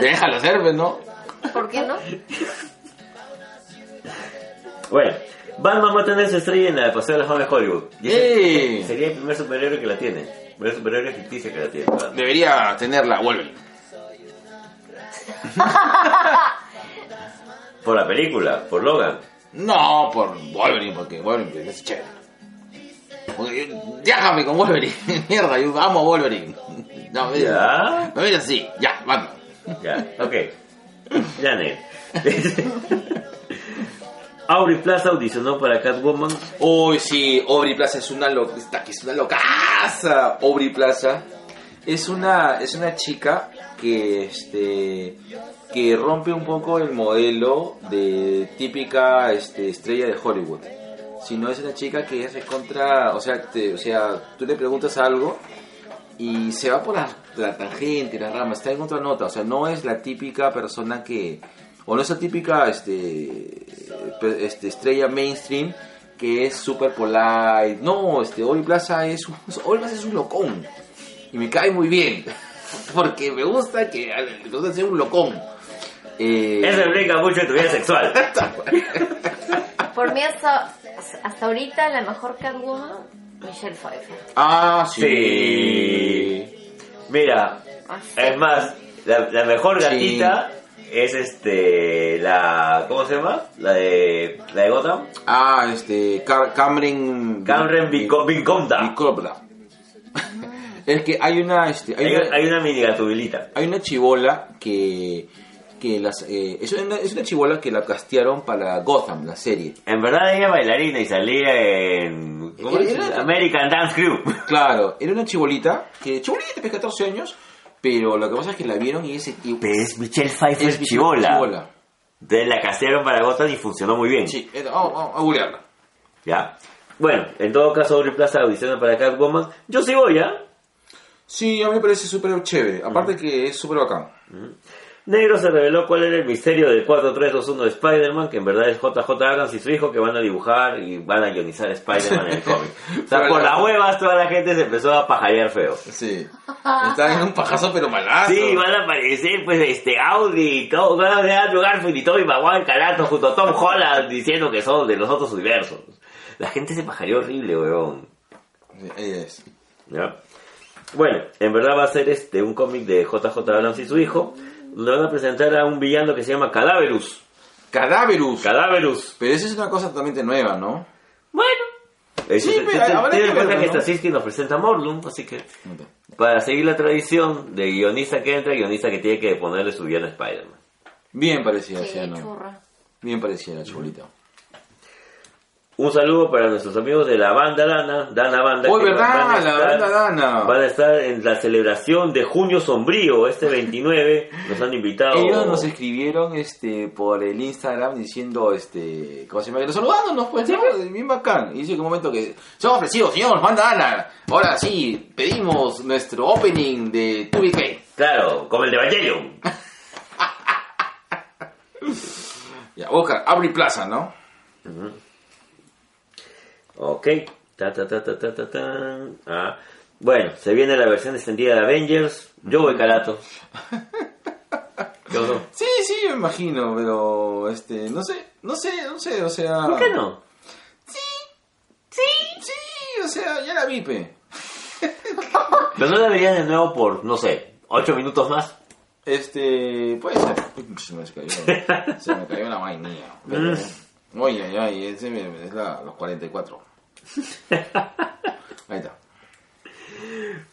A: Déjalo hacer, pues, ¿no?
C: (laughs) ¿Por qué no?
B: Bueno, Batman va a tener su estrella en la Paseo de la Fama de Hollywood. Y ese-
A: ¡Eh!
B: Sería el primer superhéroe que la tiene. El primer superhéroe ficticio que la tiene. Batman.
A: Debería tenerla, vuelve.
B: Por la película, por Logan.
A: No, por Wolverine, porque Wolverine es chévere. Porque yo- Déjame con Wolverine, (laughs) mierda, yo amo a Wolverine. No, me
B: Ya.
A: no me digas así, ya, vamos.
B: Ya, ok. Ya, (laughs) Ned. Aubrey Plaza audicionó para Catwoman.
A: Uy, sí, Obri Plaza es una loca, es una locaza. Obri Plaza es una, es una chica que, este, que rompe un poco el modelo de típica este, estrella de Hollywood. Si no es una chica que es recontra, o sea, te- o sea, tú le preguntas algo y se va por la, la tangente, la rama, está en otra nota, o sea, no es la típica persona que, o no es la típica este, pe- este, estrella mainstream que es super polite, no, este, Ori Plaza es, un- Ori Plaza es un locón y me cae muy bien, (laughs) porque me gusta que me gusta ser un locón. Eh,
B: Eso implica mucho de tu vida sexual.
C: Por mí hasta, hasta ahorita la mejor Catwoman, Michelle Pfeiffer.
A: ah, sí.
B: Sí. Mira,
C: Así.
B: es más, la, la mejor
A: Sí.
B: gatita es este. la ¿Cómo se llama? La de, la de Gotham.
A: Ah, este, Car- Cameron...
B: Cameron Vico- Vinconda.
A: Vicorda. (laughs) es que hay una, este, hay
B: Hay,
A: una-
B: hay una mini gatubilita.
A: hay una chivola que, que las, eh, es, una, es una chivola que la castearon para Gotham, la serie.
B: En verdad ella es bailarina y salía en ¿cómo es?
A: Era-
B: American Dance Crew.
A: Claro, era una chibolita, que chibolita, pues 14 años, pero lo que pasa es que la vieron y ese y-
B: Pero es Michelle Pfeiffer
A: es
B: chibola. Entonces la castearon para Gotham y funcionó muy bien.
A: Sí, era- vamos, vamos a googlearla.
B: ¿Ya? Bueno, en todo caso, Aubrey Plaza audiciona para Catwoman. Yo sí voy, ¿ah? ¿ya?
A: Sí, a mí me parece súper chévere,
B: Mm.
A: aparte que es súper bacán.
B: Negro se reveló cuál era el misterio del 4321 de Spider-Man, que en verdad es JJ Abrams y su hijo que van a dibujar y van a guionizar a Spider-Man en el cómic. O sea,
A: Pero
B: por
A: la-
B: las huevas toda la gente se empezó a pajarear feo.
A: Sí, está en un pajazo pero malazo. (laughs)
B: Sí, van a aparecer pues este Audi y todo, van a ver a Andrew Garfield y Toby Maguire calato junto
A: (laughs)
B: a Tom Holland diciendo que son de los otros universos. La gente se pajareó horrible, weón.
A: Sí, ahí es.
B: ¿Ya? Bueno, en verdad va a ser este un cómic de JJ Abrams y su hijo, donde van a presentar a un villano que se llama Cadaverus.
A: Cadaverus.
B: Cadaverus.
A: Pero esa es una cosa totalmente nueva, ¿no?
B: Bueno.
A: Sí,
B: Eso,
A: pero habrá que
B: ten en cuenta
A: verlo,
B: que
A: ¿no?
B: Stasinski nos presenta a Morlun, así que para seguir la tradición de guionista que entra, guionista que tiene que ponerle su villano a Spider-Man.
A: Bien parecida,
C: Sí,
A: sí, ¿no?
C: churra.
A: Bien parecida la chulita.
B: Oh. Un saludo para nuestros amigos de la banda Dana, Dana Banda.
A: Hoy,
B: que
A: ¿verdad?
B: van a
A: La
B: estar-
A: banda Dana.
B: Van a estar en la celebración de Junio Sombrío, este 29. Nos han invitado.
A: Ellos nos escribieron este por el Instagram diciendo este ¿cómo se llama? saludándonos pues ¿no? bien bacán. Y dice que un momento que somos ofrecidos, señor, manda Ana. Ahora sí, pedimos nuestro opening de 2BK.
B: Claro, como el de Evangelion.
A: Ya, Oscar, Abri Plaza, ¿no?
B: Ok. Ta, ta, ta, ta, ta, ta, ta. Ah. Bueno, se viene la versión extendida de Avengers. Yo voy
A: (laughs)
B: calato. Yo no.
A: Sí, sí, me imagino, pero este, no sé, no sé, no sé, o sea.
B: ¿Por qué no?
A: Sí, sí, o sea, ya la vi, pe.
B: Pero no la verías de nuevo por, no sé, 8 minutos más.
A: Este, puede ser. (laughs) Uy, Se me cayó, se me cayó la vainilla.
B: Mm.
A: Oye, ay, ay, ese me- es la, los 44.
B: (laughs)
A: Ahí está.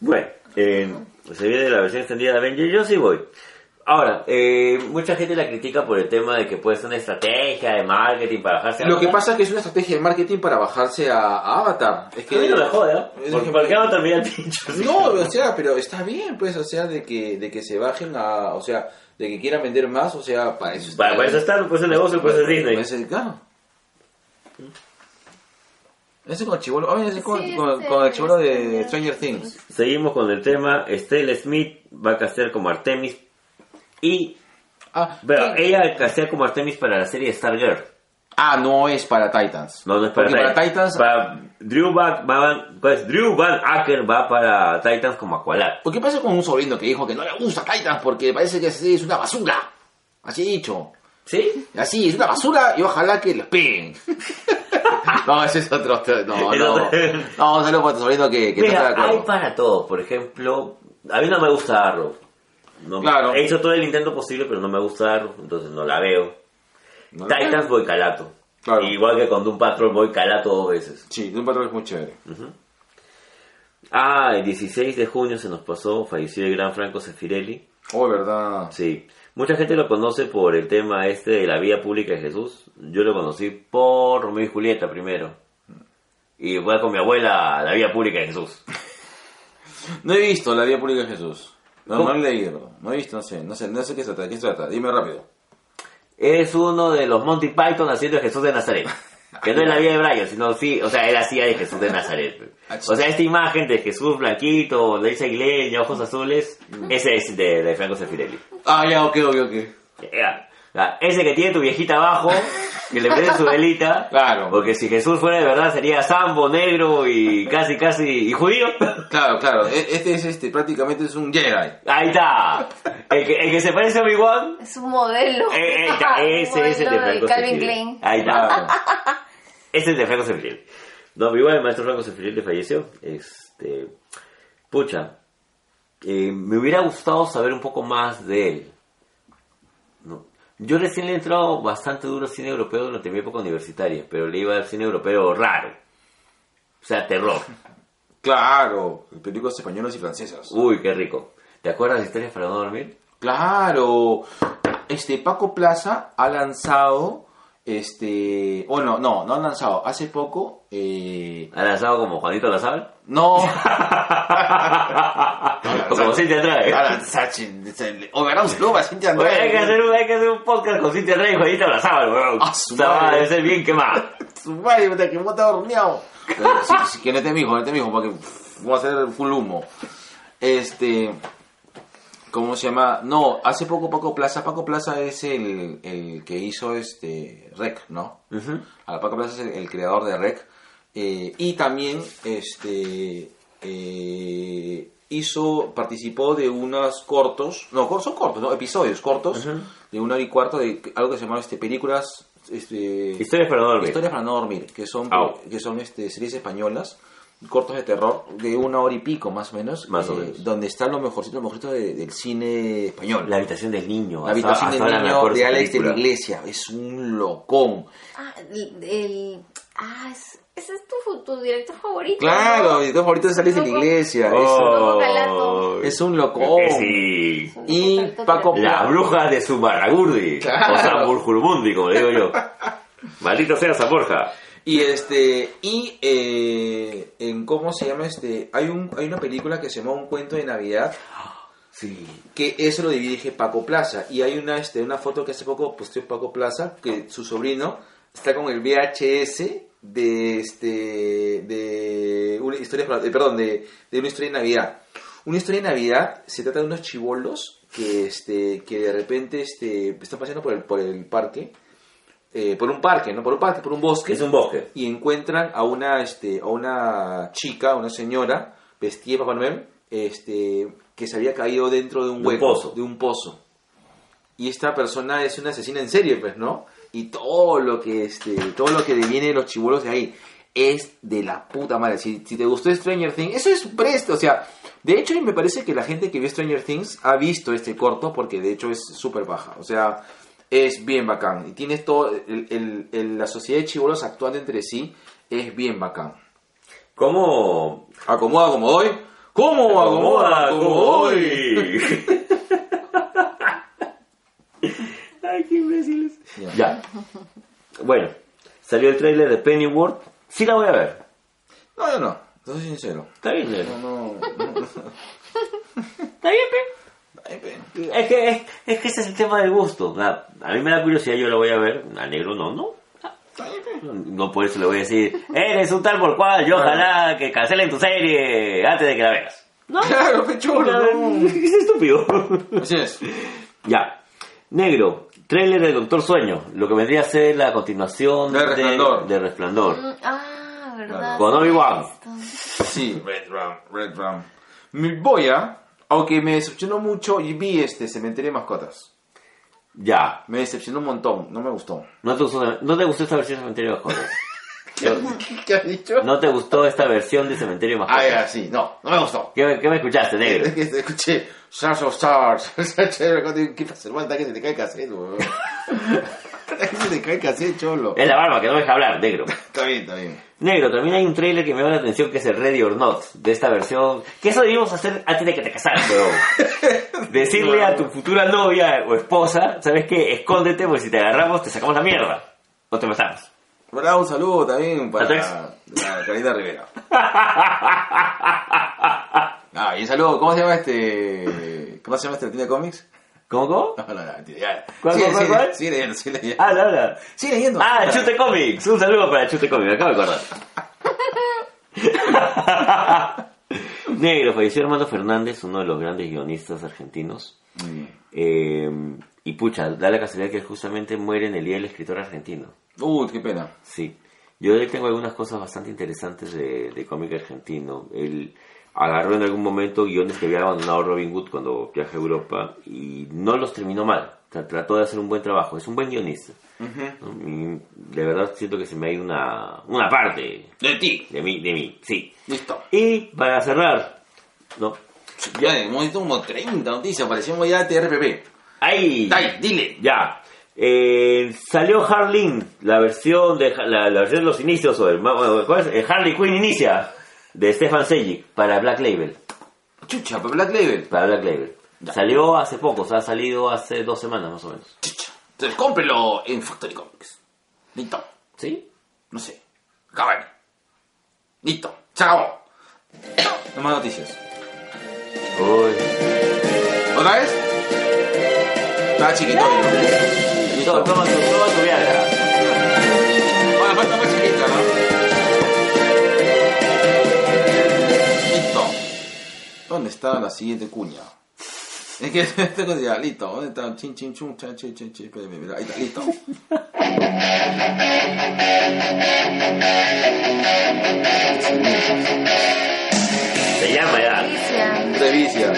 B: Bueno, eh, se viene la versión extendida de Avengers, yo sí voy. Ahora, eh, mucha gente la critica por el tema de que puede ser una estrategia de marketing para bajarse. a
A: Lo que
B: Avatar.
A: pasa es que es una estrategia de marketing para bajarse a, a Avatar. Es
B: A mí
A: que
B: no me jode, ¿no?
A: es-
B: Porque para qué van a terminar el pincho.
A: No, o sea, pero está bien, pues, o sea, de que, de que se bajen a, o sea, de que quieran vender más, o sea, para eso
B: Para, para eso está, pues el negocio, pues es Disney.
A: Ese, claro. Ese con Chibolo, ah, ese con,
C: Sí,
A: con-
C: ese-
A: con el Chibolo de
C: ese-
A: Stranger Things.
B: Seguimos con el tema. Estelle Smith va a castear como Artemis. Y,
A: Ah,
B: pero
A: ¿qué?
B: ella castea como Artemis para la serie Stargirl.
A: Ah, no es para Titans.
B: No, no es para,
A: Porque para Titans.
B: Para Drew, Van- Van- ¿cuál es? pues, Drew Van Acker va para Titans como Aqualad.
A: ¿Por qué pasa con un sobrino que dijo que no le gusta Titans porque le parece que así es una basura? Así he dicho.
B: ¿Sí?
A: Así es una basura y ojalá que los peguen. (laughs) no, ese es otro. No,
B: (laughs) El
A: no.
B: otro.
A: No, un saludo para tu sobrino que, que no está de
B: Mira, hay
A: acuerdo.
B: para todo. Por ejemplo, a mí no me gusta Arrow. No,
A: Claro.
B: He hecho todo el intento posible, pero no me gusta Arrow, entonces no la veo.
A: No.
B: Titans voy calato.
A: Claro.
B: Igual que con Doom Patrol voy calato dos veces.
A: Sí, un patrón es muy chévere.
B: Ah, el 16 de junio se nos pasó, falleció el gran Franco Sefirelli.
A: Oh, verdad.
B: Sí. Mucha gente lo conoce por el tema este de la vida pública de Jesús. Yo lo conocí por Romeo y Julieta primero. Y fue con mi abuela a la vida pública de Jesús.
A: No he visto la vía pública de Jesús. No,
B: ¿Cómo?
A: no he leído. No he visto, no sé. No sé, no sé qué se trata. ¿Qué se trata? Dime rápido.
B: Es uno de los Monty Python haciendo de Jesús de Nazaret. Que no es la vida de Brian, sino sí, o sea, él hacía de Jesús de Nazaret.
A: Ah,
B: O sea, esta imagen de Jesús blanquito, de esa iglesia, ojos azules, ese es de, de Franco Sefirelli.
A: Ah, ya, ok, ok, ok.
B: Era, era ese que tiene tu viejita abajo, que le prende su velita.
A: Claro.
B: Porque si Jesús fuera de verdad sería sambo, negro y casi, casi, y judío.
A: Claro, claro. E- Este es este, prácticamente es un Jedi.
B: Ahí está. El que, el que se parece a Obi-Wan.
C: Es un modelo.
B: eh, ahí está.
C: (laughs) Un
B: Ese es el de
C: modelo
B: Franco
C: Calvin
B: Sefirelli.
C: Klein.
B: Ahí está.
A: Claro.
B: Ese es el de Franco Sefirelli. No, Obi-Wan, el maestro Franco Sefirelli falleció. Este. Pucha. eh, me hubiera gustado saber un poco más de él. No. Yo recién le he entrado bastante duro al cine europeo durante mi época universitaria, pero le iba al cine europeo raro. O sea, terror.
A: Claro. Películas españolas y francesas.
B: Uy, qué rico. ¿Te acuerdas de historias para no dormir?
A: Claro. Este Paco Plaza ha lanzado este, bueno, no, no ha lanzado, hace poco eh,
B: ¿Ha lanzado como Juanito la sabe?
A: no,
B: O como Cintia Trae.
A: ha Ah, lanzado, chin, se- o verá un saludo para Cintia
B: Oye, hay,
A: Andrade.
B: que hacer un, hay que hacer un podcast con Cintia Rey y Juanito la sabe, weón.
A: Ah, su
B: O sea,
A: madre.
B: debe ser bien quemada.
A: Su madre, puta, que bota horneado. Pero, sí, sí, que no te mijo, no te mijo, porque pff, voy a hacer full humo. Este, ¿cómo se llama? No, hace poco Paco Plaza, Paco Plaza es el, el que hizo este Rec, ¿no?
B: Ujú.
A: A la Paco Plaza es el, el creador de Rec. eh, y también este eh, hizo, participó de unos cortos, no, cor- son cortos, ¿no? episodios cortos,
B: Ujú.
A: de una hora y cuarto de algo que se llama este, películas. Este,
B: Historias para no dormir.
A: Historias para no dormir, que son,
B: Au.
A: que son este, series españolas cortos de terror de una hora y pico, más o menos. eh,
B: Más o menos.
A: Donde están los mejorcitos, los mejorcitos de- del cine español.
B: La habitación del niño.
A: La habitación del
B: hasta- hasta ahora me
A: niño
B: acuerdo
A: de
B: esa
A: Alex de la
B: película.
A: Iglesia. Es un locón.
C: Ah, el. el- ah, es- ese es tu, tu director favorito.
A: Claro, mi
C: ¿no?
A: dos favoritos es Alex de oh. la
C: Loco.
A: Iglesia. es-
C: Loco Galato.
A: Es un locón.
B: Oh, Que sí.
A: Y Paco
B: La bruja de Zumarragurdi.
A: Claro.
B: O Zamburjurmundi, como
A: (laughs)
B: digo yo. Maldito sea San Borja.
A: Y este, y eh, en cómo se llama este, hay un, hay una película que se llama Un cuento de Navidad,
B: Sí.
A: que eso lo dirige Paco Plaza, y hay una este, una foto que hace poco posteó Paco Plaza, que su sobrino está con el VHS de este de una historia eh, perdón, de, de una historia de Navidad. Una historia de Navidad se trata de unos chivolos que este, que de repente este están paseando por el, por el parque, eh, por un parque, no por un parque, por un bosque
B: Es un bosque.
A: y encuentran a una este a una chica, a una señora vestida de Papá Noel, este que se había caído dentro de un
B: De un
A: hueco,
B: pozo.
A: de un pozo. Y esta persona es una asesina en serie, pues, ¿no? Y todo lo que este todo lo que deviene de los chibolos de ahí es de la puta madre. Si, si te gustó Stranger Things, eso es presto, o sea, de hecho y me parece que la gente que vio Stranger Things ha visto este corto porque de hecho es súper baja, o sea, es bien bacán. Y tienes todo. el- el- el- la sociedad de chibolos actuando entre sí es bien bacán.
B: ¿Cómo
A: Acomoda como doy. ¿Cómo acomoda como doy? (laughs)
B: hoy. Ay, qué imbéciles.
A: Ya.
B: Ya. Bueno, salió el tráiler de Pennyworth. Sí la voy a ver.
A: No, no, no. Te soy sincero.
B: Está bien. Leo.
A: No,
B: Está bien, pe.
A: Ay, pe.
B: Es que, es, es que ese es el tema del gusto. Ah, A mí me da curiosidad, yo la voy a ver. A negro no, no. Ah, No por eso le voy a decir, eres un tal por cual, yo ojalá que cancelen tu serie antes de que la veas. No,
A: Claro, pechulo. no.
B: (laughs) es estúpido.
A: Así es.
B: Ya. Negro, tráiler de Doctor Sueño, lo que vendría a ser la continuación
A: De Resplandor.
B: de Resplandor.
C: Mm, Ah, verdad.
B: Con Obi-Wan.
A: Sí, Red Rum, Red Rum. Mi boya, aunque me decepcionó mucho y vi este cementerio de mascotas.
B: Ya.
A: Me decepcionó un montón, no me gustó.
B: No te gustó, no te gustó esta versión de Cementerio de Mascotas.
A: ¿Qué has dicho?
B: No te gustó esta versión de Cementerio de
A: Ah,
B: Mascotas.
A: ya, sí, no, no me gustó.
B: ¿Qué, me- qué me escuchaste, negro?
A: Es que te escuché Stars of Stars. (laughs) ¿Qué pasa, hermano? Está que se te cae el cassette, (laughs) weón. Está que se te cae el cassette, cholo.
B: Es la barba que no me deja hablar, negro.
A: Está bien, está bien.
B: Negro, también hay un tráiler que me llama la atención que es el Ready or Not de esta versión. Que eso debimos hacer antes de que te casaras, weón. Decirle a tu futura novia o esposa, ¿sabes qué? Escóndete porque si te agarramos te sacamos la mierda. O te matamos.
A: Bravo, un saludo también para
B: Atrás.
A: la Carita Rivera. Ah, y un saludo, ¿cómo se llama este. ¿Cómo se llama este latina de cómics? (laughs)
B: ¿Cómo, cómo?
A: No, no, no, mentira, ya.
B: ¿Cuál,
A: Sigue,
B: cuál,
A: sigue,
B: cuál?
A: Sigue leyendo, sigue leyendo.
B: Ah, no, no.
A: Sigue leyendo.
B: Ah, Chute Comics. Un saludo para Chute Comics, me acabo de acordar. Negro, falleció Armando Fernández, uno de los grandes guionistas argentinos.
A: Muy bien.
B: Eh, y pucha, da la casualidad que justamente muere en el día del escritor argentino.
A: Uh, qué pena.
B: Sí. Yo de él tengo algunas cosas bastante interesantes de, de cómic argentino. Él agarró en algún momento guiones que había abandonado Robin Hood cuando viajó a Europa y no los terminó mal. O sea, trató de hacer un buen trabajo. Es un buen guionista. ¿no? Y de verdad siento que se me ha ido una, una parte
A: De ti.
B: de mí, de mí, sí.
A: Listo.
B: Y para cerrar, no.
A: Ya, en un momento como 30 noticias, parecíamos ya TRPP.
B: ¡Ay!
A: Dai, dile.
B: Ya. Eh, salió Harleen, la versión de la, la versión de los inicios o el bueno, ¿cuál es? Eh, Harley Quinn inicia de Stefan Sejic para Black Label,
A: Chucha, para Black Label.
B: para Black Label.
A: Ya.
B: Salió hace poco, o sea, ha salido hace dos semanas más o menos.
A: Chucha. Entonces cómprelo en Factory Comics. Listo.
B: ¿Sí?
A: No sé. Acaban. Listo. Se acabó. No más noticias.
B: Uy.
A: ¿Otra vez? Estaba chiquito. ¿no?
B: Toma,
A: Listo.
B: toma tu, toma tu Viagra.
A: Bueno, falta más chiquita, ¿no? Listo. ¿Dónde está la siguiente cuña? Es que (laughs) esta cosa ya, listo. ¿Dónde está? Chin, chin, chun, chan, chin, chin, chin. Espérame, mira, ahí está, listo.
B: Se llama ya.
C: Alicia.
A: Revicia.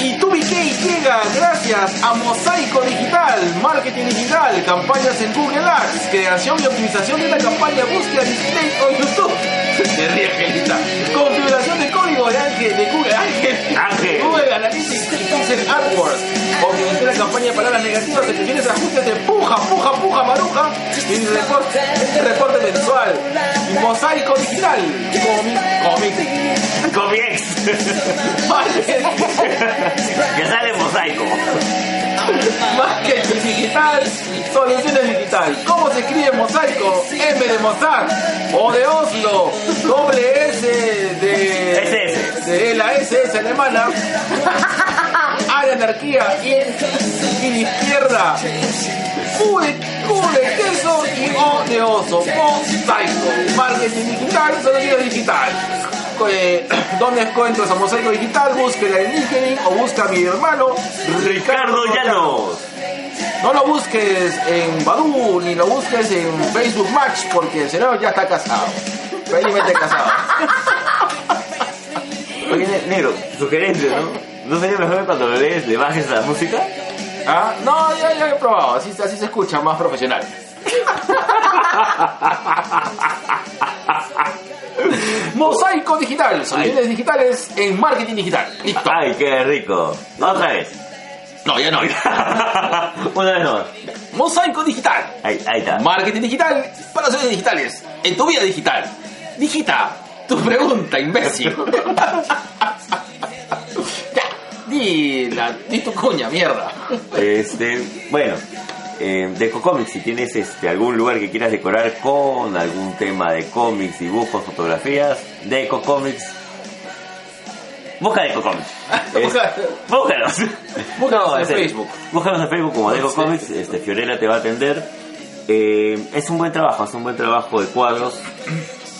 A: Y tú, mi Play llega gracias a Mosaico Digital, Marketing Digital, campañas en Google Ads, creación y optimización de la campaña búsqueda Display o YouTube. (laughs) Se ríe, Angelita. Configuración de código de Ángel, de Google Ángel.
B: Ángel.
A: Google Analytics y Pixel AdWords. Optimización de la campaña de palabras negativas, excepciones, ajustes de puja, puja, puja, maruja. Y reporte, este reporte mensual. Y Mosaico Digital, Comic, Comic.
B: Comiex. (laughs)
A: Marketing.
B: ya sale mosaico.
A: Marketing digital, soluciones digital. ¿Cómo se escribe mosaico? M de Mozart o de Oslo, doble S de,
B: SS.
A: de la SS alemana. A de anarquía y, y de izquierda. Q de, Q de queso y O de oso. Mosaico. Marketing digital, soluciones digital. Eh, (clears throat) ¿Dónde encuentras a Mosaico Digital? Búsquela en LinkedIn o busca a mi hermano
B: Ricardo Llanos.
A: no lo busques en Badu ni lo busques en Facebook Match porque el señor ya está casado. Felizmente casado.
B: Oye, ne- negro, sugerente, ¿no? ¿No sería mejor que cuando lo lees le bajes la música?
A: ¿Ah? No, ya, ya he probado, así, así se escucha más profesional. (laughs) Mosaico digital, soluciones digitales en marketing digital. Listo.
B: ¡Ay, qué rico! Otra vez.
A: No, ya no.
B: (laughs) Una vez más.
A: Mosaico digital.
B: Ahí, ahí está.
A: Marketing digital para soluciones digitales. En tu vida digital. Digita tu pregunta, imbécil. (laughs) ya, di, la, di tu cuña, mierda.
B: Este, bueno, eh, Deco Comics, si tienes este, algún lugar que quieras decorar con algún tema de cómics, dibujos, fotografías, Deco Comics. Busca Deco Comics.
A: (laughs) Busca-
B: búscalos.
A: Búscalos en
B: serio.
A: Facebook.
B: Búscalos en Facebook como Deco
A: Sí.
B: Comics. Este, Fiorella te va a atender. Eh, es un buen trabajo, es un buen trabajo de cuadros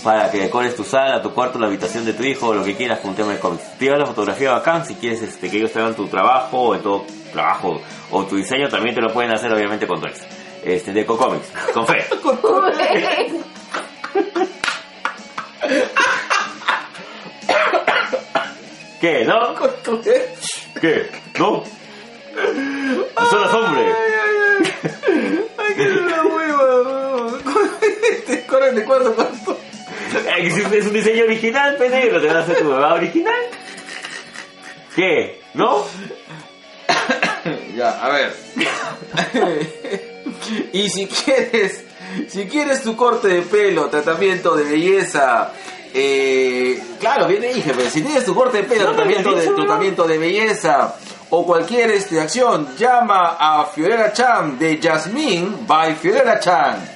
B: para que decores tu sala, tu cuarto, la habitación de tu hijo, lo que quieras con un tema de cómics. Te va la fotografía bacán si quieres este, que ellos te hagan tu trabajo o en todo trabajo o tu diseño también te lo pueden hacer obviamente con tu ex. Este, de Cocomics,
A: (laughs)
B: con fe. ¿Qué? ¿No? ¿Qué? ¿No? ¡No solo hombre!
A: (laughs) Ay, qué la hueva. Este, corre de cuarto cuarto.
B: Ay, Eh, que si Es un diseño original, penegro, te vas a hacer tu bebé original. ¿Qué? ¿No?
A: Ya, a ver. (laughs) y si quieres, si quieres tu corte de pelo, tratamiento de belleza, eh, claro, bien te dije, pero si tienes tu corte de pelo,
B: No me habías
A: tratamiento, de,
B: dicho, ¿no?
A: tratamiento de belleza o cualquier este, acción, llama a Fiorella Chan de Jasmine by Fiorella Chan.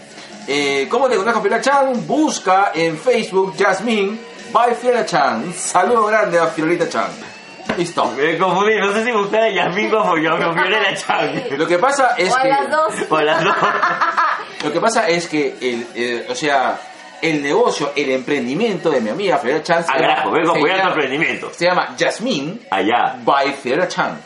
A: Eh, ¿Cómo te encuentras con Fiorella Chan? Busca en Facebook Jasmine by Fiorella Chan. Un saludo grande a Fiorella Chan. Listo.
B: Me confundí, no sé si buscar a Yasmin como yo, me confundí en la Chan.
A: Lo que pasa es
C: O a
A: que...
C: las dos.
B: O las dos. Ah,
A: Lo que pasa es que, el, el- o sea, el negocio, el emprendimiento de mi amiga Fiorella Chan
B: A carajo, vengo a apoyar tu emprendimiento.
A: se llama Jasmine
B: Allá.
A: by Fiorella Chan.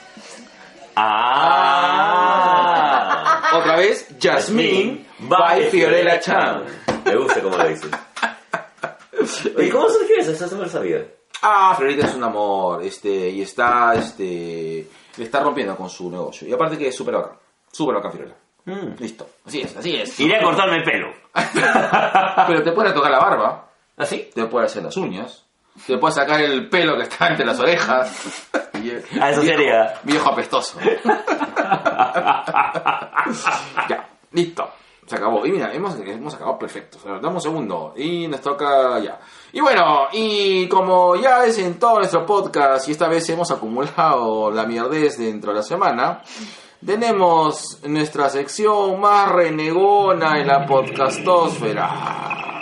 B: Ah.
A: Otra vez, Jasmine by Fiorella Chan.
B: Me gusta como lo dices. ¿Y cómo surgió eso? Eso no lo sabía.
A: Ah, Fiorella es un amor, este, y está, este, le está rompiendo con su negocio. Y aparte que es súper bacán, súper bacán Fiorella.
B: Mm.
A: Listo, así es, así es.
B: Iré a cortarme el pelo.
A: Pero te puede tocar la barba,
B: ¿Así?
A: te puede hacer las uñas, te puede sacar el pelo que está entre las
B: (laughs)
A: orejas.
B: Ah, eso
A: Viejo-
B: sería.
A: Viejo
B: (laughs)
A: apestoso. ya, listo. Se acabó. Y mira, hemos, hemos acabado perfecto. O sea, dame un segundo. Y nos toca ya. Y bueno, y como ya es en todo nuestro podcast, y esta vez hemos acumulado la mierdez dentro de la semana, tenemos nuestra sección más renegona en la podcastósfera.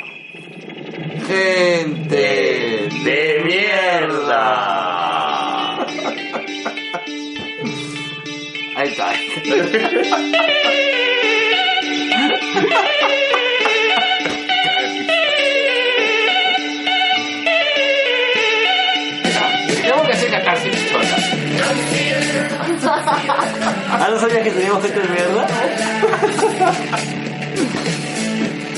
A: Gente
B: ¡De mierda!
A: Ahí está. Tengo que hacer catarse, pistola.
B: ¿Ah, no sabías que teníamos gente de mierda?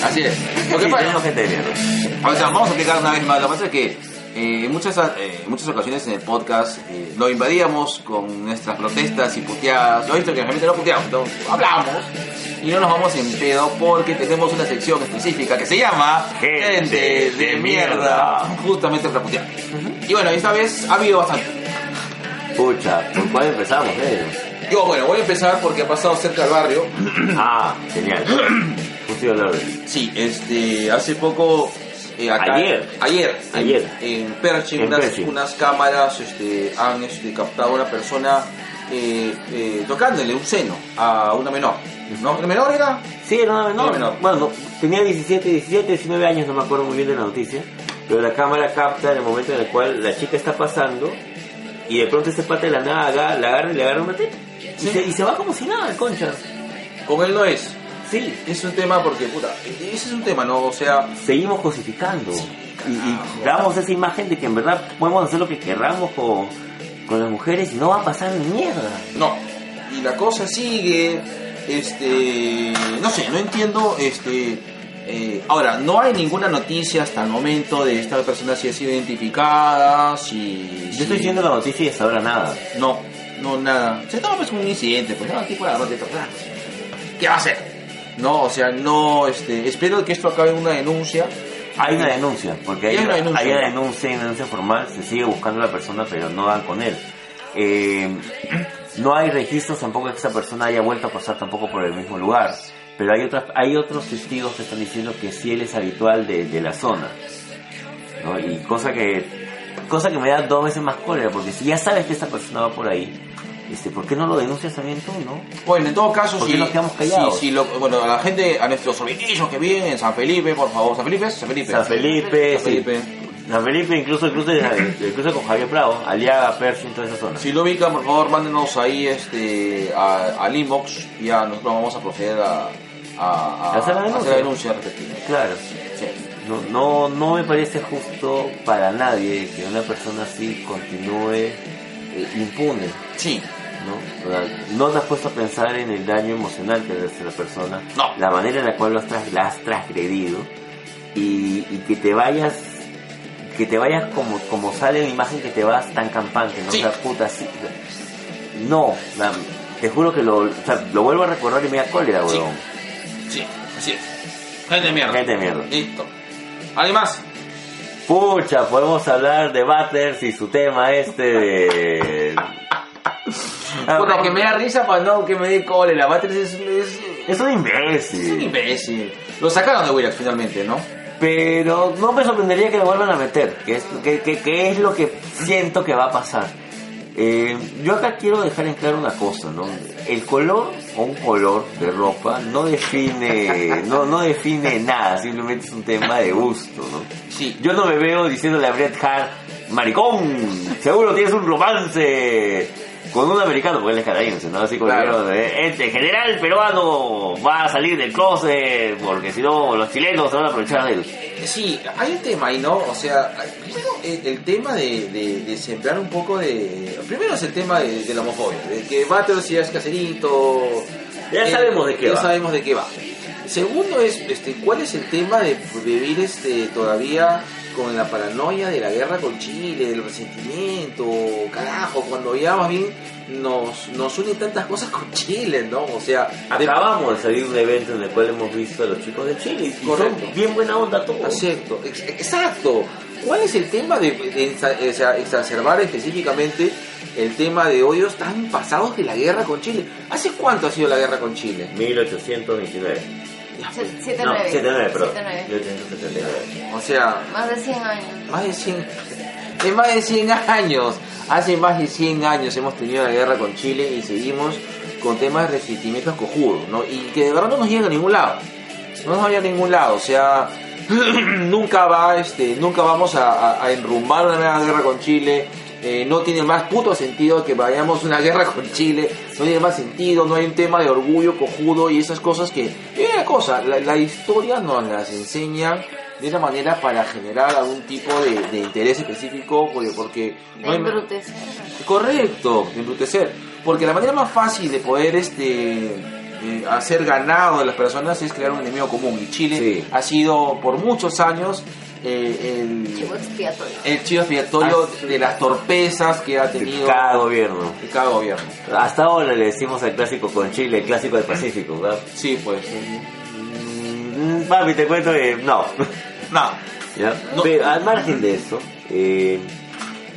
A: Así es. Lo
B: Sí,
A: que pasa,
B: tenemos gente de mierda.
A: o sea, vamos a explicar una vez más. Lo que pasa es que eh, en muchas, eh, en muchas ocasiones en el podcast eh, lo invadíamos con nuestras protestas y puteadas. Lo he visto que realmente no puteamos, no, hablamos y no nos vamos en pedo porque tenemos una sección específica que se llama
B: Gente de mierda.
A: Justamente para putear. Y bueno, esta vez ha habido bastante.
B: Pucha, ¿por cuál empezamos, eh?
A: Yo, bueno, voy a empezar porque ha pasado cerca del barrio.
B: Ah, genial. Justo el orden.
A: Sí, este, hace poco. eh, acá-
B: Ayer.
A: Ayer. en-
B: Ayer.
A: En Pershing,
B: En
A: unas,
B: Pershing.
A: unas cámaras este, han este, captado a una persona eh, eh, tocándole un seno a una menor. ¿No? ¿El menor era?
B: Sí, no, no,
A: No, no.
B: Bueno, no, tenía 17, 17, 19 años, no me acuerdo muy bien de la noticia. Pero la cámara capta en el momento en el cual la chica está pasando y de pronto este pata de la nada aga- la agarra y le agarra una teta. Y,
A: Sí.
B: se, y se va como si nada, el concha.
A: Con él no es.
B: Sí,
A: Es un tema porque, puta, e, ese es un tema, ¿no? O sea,
B: seguimos cosificando. Y, y damos esa imagen de que en verdad podemos hacer lo que querramos con, con las mujeres y no va a pasar ni mierda.
A: No. Y la cosa sigue. Este. No sé, no entiendo. Este. eh, ahora, no hay ninguna noticia hasta el momento de esta persona si ha sido identificada, si.
B: Yo
A: si-
B: estoy viendo la noticia y hasta ahora nada.
A: No, no, nada. Se toma pues como un incidente, pues no, tipo la de tocar. ¿Qué va a hacer? No, o sea, no, este. Espero que esto acabe en una denuncia.
B: Hay una denuncia, porque hay,
A: Hay
B: hay
A: una
B: una
A: denuncia.
B: denuncia, hay una denuncia formal, se sigue buscando a la persona, pero no dan con él. Eh, no hay registros tampoco de que esa persona haya vuelto a pasar tampoco por el mismo lugar, pero hay, otras, hay otros testigos que están diciendo que sí él es habitual de, de la zona. ¿no? Y cosa que cosa que me da dos veces más cólera, porque si ya sabes que esa persona va por ahí, este, ¿por qué no lo denuncias también tú, no?
A: Bueno, en todo caso,
B: ¿Por qué
A: si,
B: nos quedamos callados?
A: si- si lo- bueno, a la gente, a nuestros sobrinitos que viven en San Felipe, por favor, San Felipe, San Felipe.
B: San Felipe,
A: San
B: sí.
A: Felipe.
B: San Felipe, incluso, incluso, incluso con Javier Bravo, Aliaga, Pershing, toda esa zona.
A: Si lo ubican, por favor, mándenos ahí este, a- al inbox y a nosotros vamos a proceder a, a- a-
B: ¿Hacer la denuncia?
A: hacer la denuncia respectiva.
B: Claro.
A: Sí.
B: No, no, no me parece justo para nadie que una persona así continúe eh, impune,
A: Sí.
B: ¿no? O sea, no te has puesto a pensar en el daño emocional que le hace la persona,
A: No.
B: la manera en la cual lo has tras- la has transgredido y, y que te vayas, que te vayas como, como sale la imagen que te vas tan campante, ¿no?
A: Sí.
B: O sea, puta, así, o sea, no, la- te juro que lo, o sea, lo vuelvo a recordar y me da cólera,
A: Sí.
B: weón.
A: Sí, así es. Gente de mierda.
B: Gente de mierda.
A: Listo. ¿Alguien más?
B: Pucha, podemos hablar de Butters y su tema este de... Ah,
A: Puta, que me da risa para no que me dé cólera. Batres es, es, es
B: Es un
A: un
B: imbécil.
A: imbécil. Lo sacaron de Willax finalmente, ¿no?
B: Pero no me sorprendería que lo vuelvan a meter, que es, que, que- que es lo que siento que va a pasar. Eh, yo acá quiero dejar en claro una cosa, ¿no? El color o un color de ropa no define, no, no define nada, simplemente es un tema de gusto, ¿no?
A: Sí.
B: Yo no me veo diciéndole a Bret Hart, maricón, seguro tienes un romance con un americano, porque él es canadiense, ¿no? Así como
A: Claro.
B: yo, eh, este general peruano va a salir del closet, porque si no los chilenos se van a aprovechar de él.
A: Eh, Sí, hay un tema ahí, ¿no? O sea, hay- primero eh, el tema de, de- de sembrar un poco de... Primero es el tema de, de la homofobia, de que Battles ya es caserito... eh,
B: Ya sabemos de qué
A: ya
B: va.
A: sabemos de qué va. Segundo es, este, ¿cuál es el tema de vivir este, todavía con la paranoia de la guerra con Chile, del resentimiento, carajo, cuando ya más bien nos, nos unen tantas cosas con Chile, ¿no? O sea, de-
B: Acabamos de salir de un evento en el cual hemos visto a los chicos de Chile y
A: Correcto.
B: son bien buena onda todos.
A: Exacto, ex- exacto. ¿Cuál es el tema de, de ensa- o sea, exacerbar específicamente el tema de odios tan pasados de la guerra con Chile? ¿Hace cuánto ha sido la guerra con Chile?
B: 1829.
A: Ya, pues,
C: 7-9.
B: No, 79, perdón.
C: 7-9.
B: 1879.
A: O sea,
C: Más de 100 años.
A: más de 100, de más de 100 años, hace más de 100 años hemos tenido la guerra con Chile y seguimos con temas de resentimientos cojudos, ¿no? Y que de verdad no nos llegan a ningún lado, no nos llegan a ningún lado, o sea, (clears throat) nunca va, este, nunca vamos a, a- a enrumbar una nueva guerra con Chile. eh, no tiene más puto sentido que vayamos a una guerra con Chile, no tiene más sentido, no hay un tema de orgullo cojudo y esas cosas que... Y una cosa, la, la historia nos las enseña de una manera para generar algún tipo de, de interés específico, porque, porque no
C: De
A: hay-
C: embrutecer.
A: Correcto, de embrutecer. Porque la manera más fácil de poder este eh, hacer ganado de las personas es crear un enemigo común. Y Chile
B: Sí.
A: ha sido por muchos años eh, el,
C: Chivo expiatorio.
A: el chivo expiatorio de las torpezas que ha
B: de
A: tenido
B: cada gobierno.
A: de cada gobierno.
B: Hasta ahora le decimos al clásico con Chile, el clásico del Pacífico, ¿verdad?
A: Sí, pues.
B: Mm, Papi, te cuento que no.
A: No.
B: (laughs) ¿Ya?
A: No.
B: Pero al margen de eso, eh,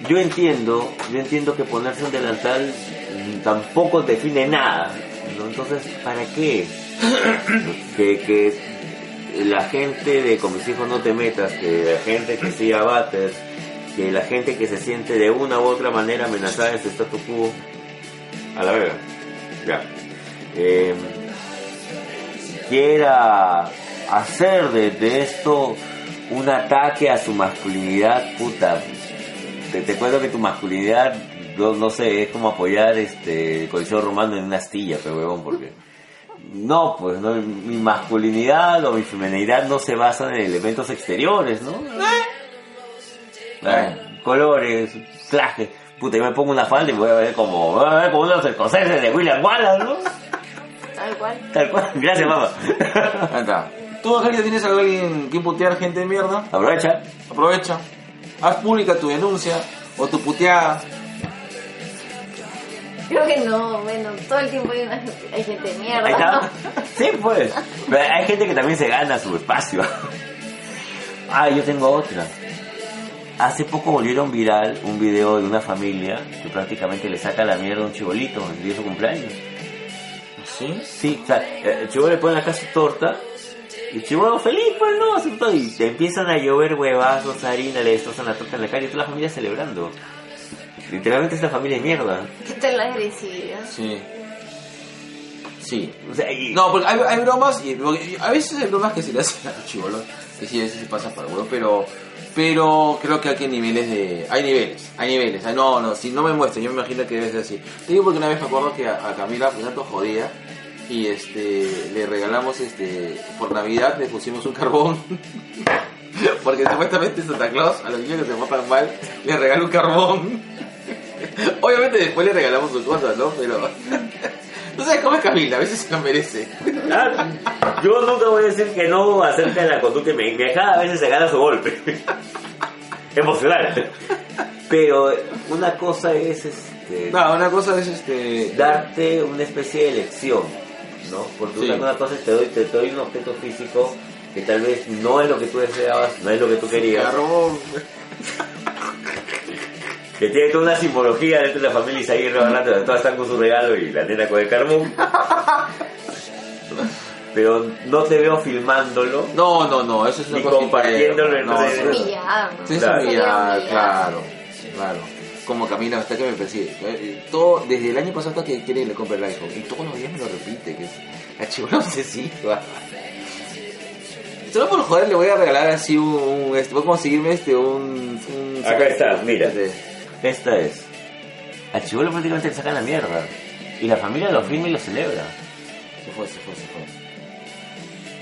B: yo entiendo, yo entiendo que ponerse un delantal mm, tampoco define nada. ¿no? Entonces, ¿para (coughs) qué? que, que la gente de Con mis hijos no te metas, que la gente que sigue a Bates, que la gente que se siente de una u otra manera amenazada en su status quo, a la verga. Ya. Eh, quiera hacer de, de esto un ataque a su masculinidad, puta. Te, te cuento que tu masculinidad, no, no sé, es como apoyar este el coliseo romano en una astilla, pero huevón, porque. No, pues no, mi masculinidad o mi feminidad no se basan en elementos exteriores, ¿no? Ah, colores, trajes. Puta, yo me pongo una falda y me voy a ver como, me voy a ver como unos escoceses de William Wallace, ¿no?
C: Tal cual.
B: Tal cual. Gracias, mamá.
A: Ahí está. Tú, Angelita, tienes a alguien que putear gente de mierda.
B: Aprovecha.
A: Aprovecha. Haz pública tu denuncia o tu puteada.
C: Creo que no, bueno, todo el tiempo hay, una, hay gente de mierda.
B: Ahí
C: (laughs)
B: está.
C: ¿no?
B: Sí, pues. Pero hay gente que también se gana su espacio. (laughs) Ah, yo tengo otra. Hace poco volvieron viral un video de una familia que prácticamente le saca la mierda a un chibolito en el día de su cumpleaños.
A: ¿Sí?
B: Sí, o sea, eh, el chibolo le pone acá su torta y el chibolo feliz, pues no, aceptó. Y te empiezan a llover huevazos, harina, le destrozan la torta en la calle y toda la familia celebrando. Literalmente es la familia de mierda.
C: ¿Qué tal la agresividad?
A: Sí. Sí.
B: O sea, y-
A: No, porque hay, hay bromas y porque a veces hay bromas que se le hacen al chivolo, que sí, a veces se pasan por el huevo, pero pero creo que aquí hay niveles de hay niveles, hay niveles. Ah, no, no, si no me muestro, yo me imagino que debe ser así. Te digo porque una vez me acuerdo que a, a Camila pues tanto jodía y este le regalamos este por Navidad le pusimos un carbón. (laughs) Porque supuestamente Santa Claus a los niños que se portan mal le regala un carbón. (laughs) Obviamente después le regalamos sus cosas, ¿no? Pero (laughs) tú sabes cómo es Camila, a veces se lo merece.
B: Ah, Yo nunca voy a decir que no acerca de la conducta mi mi hija a veces se gana su golpe. (laughs) Emocional. Pero una cosa es este,
A: No, una cosa es este.
B: darte una especie de elección, ¿no? Porque
A: Sí.
B: una cosa es te doy, te doy un objeto físico que tal vez no es lo que tú deseabas, no es lo que tú querías,
A: Carbón.
B: que tiene toda una simbología dentro de la familia Isaguirre hablando, todas están con su regalo y la nena con
A: (laughs)
B: el carbón. Pero no te veo filmándolo.
A: No, no, no, eso es una
B: Ni
A: cosa
B: compartiéndolo
A: interna,
B: entre-
A: eso
C: Es
A: es-
C: humillado.
A: Sí, es
B: Claro.
A: humillar,
C: Sería
A: claro,
C: humillado.
A: claro. Como camina hasta que me persigue. Eh, Todo, desde el año pasado hasta que quiere que le compre el iPhone. Y todos los días me lo repite, que es la chivola (laughs) obsesiva. Solo por joder le voy a regalar así un... un- este, voy a conseguirme este, un... un-
B: Acá está, mira.
A: Este.
B: Esta es. Al chivolo prácticamente le sacan la mierda. Y la familia lo firma y lo celebra.
A: Se fue, se fue, se fue.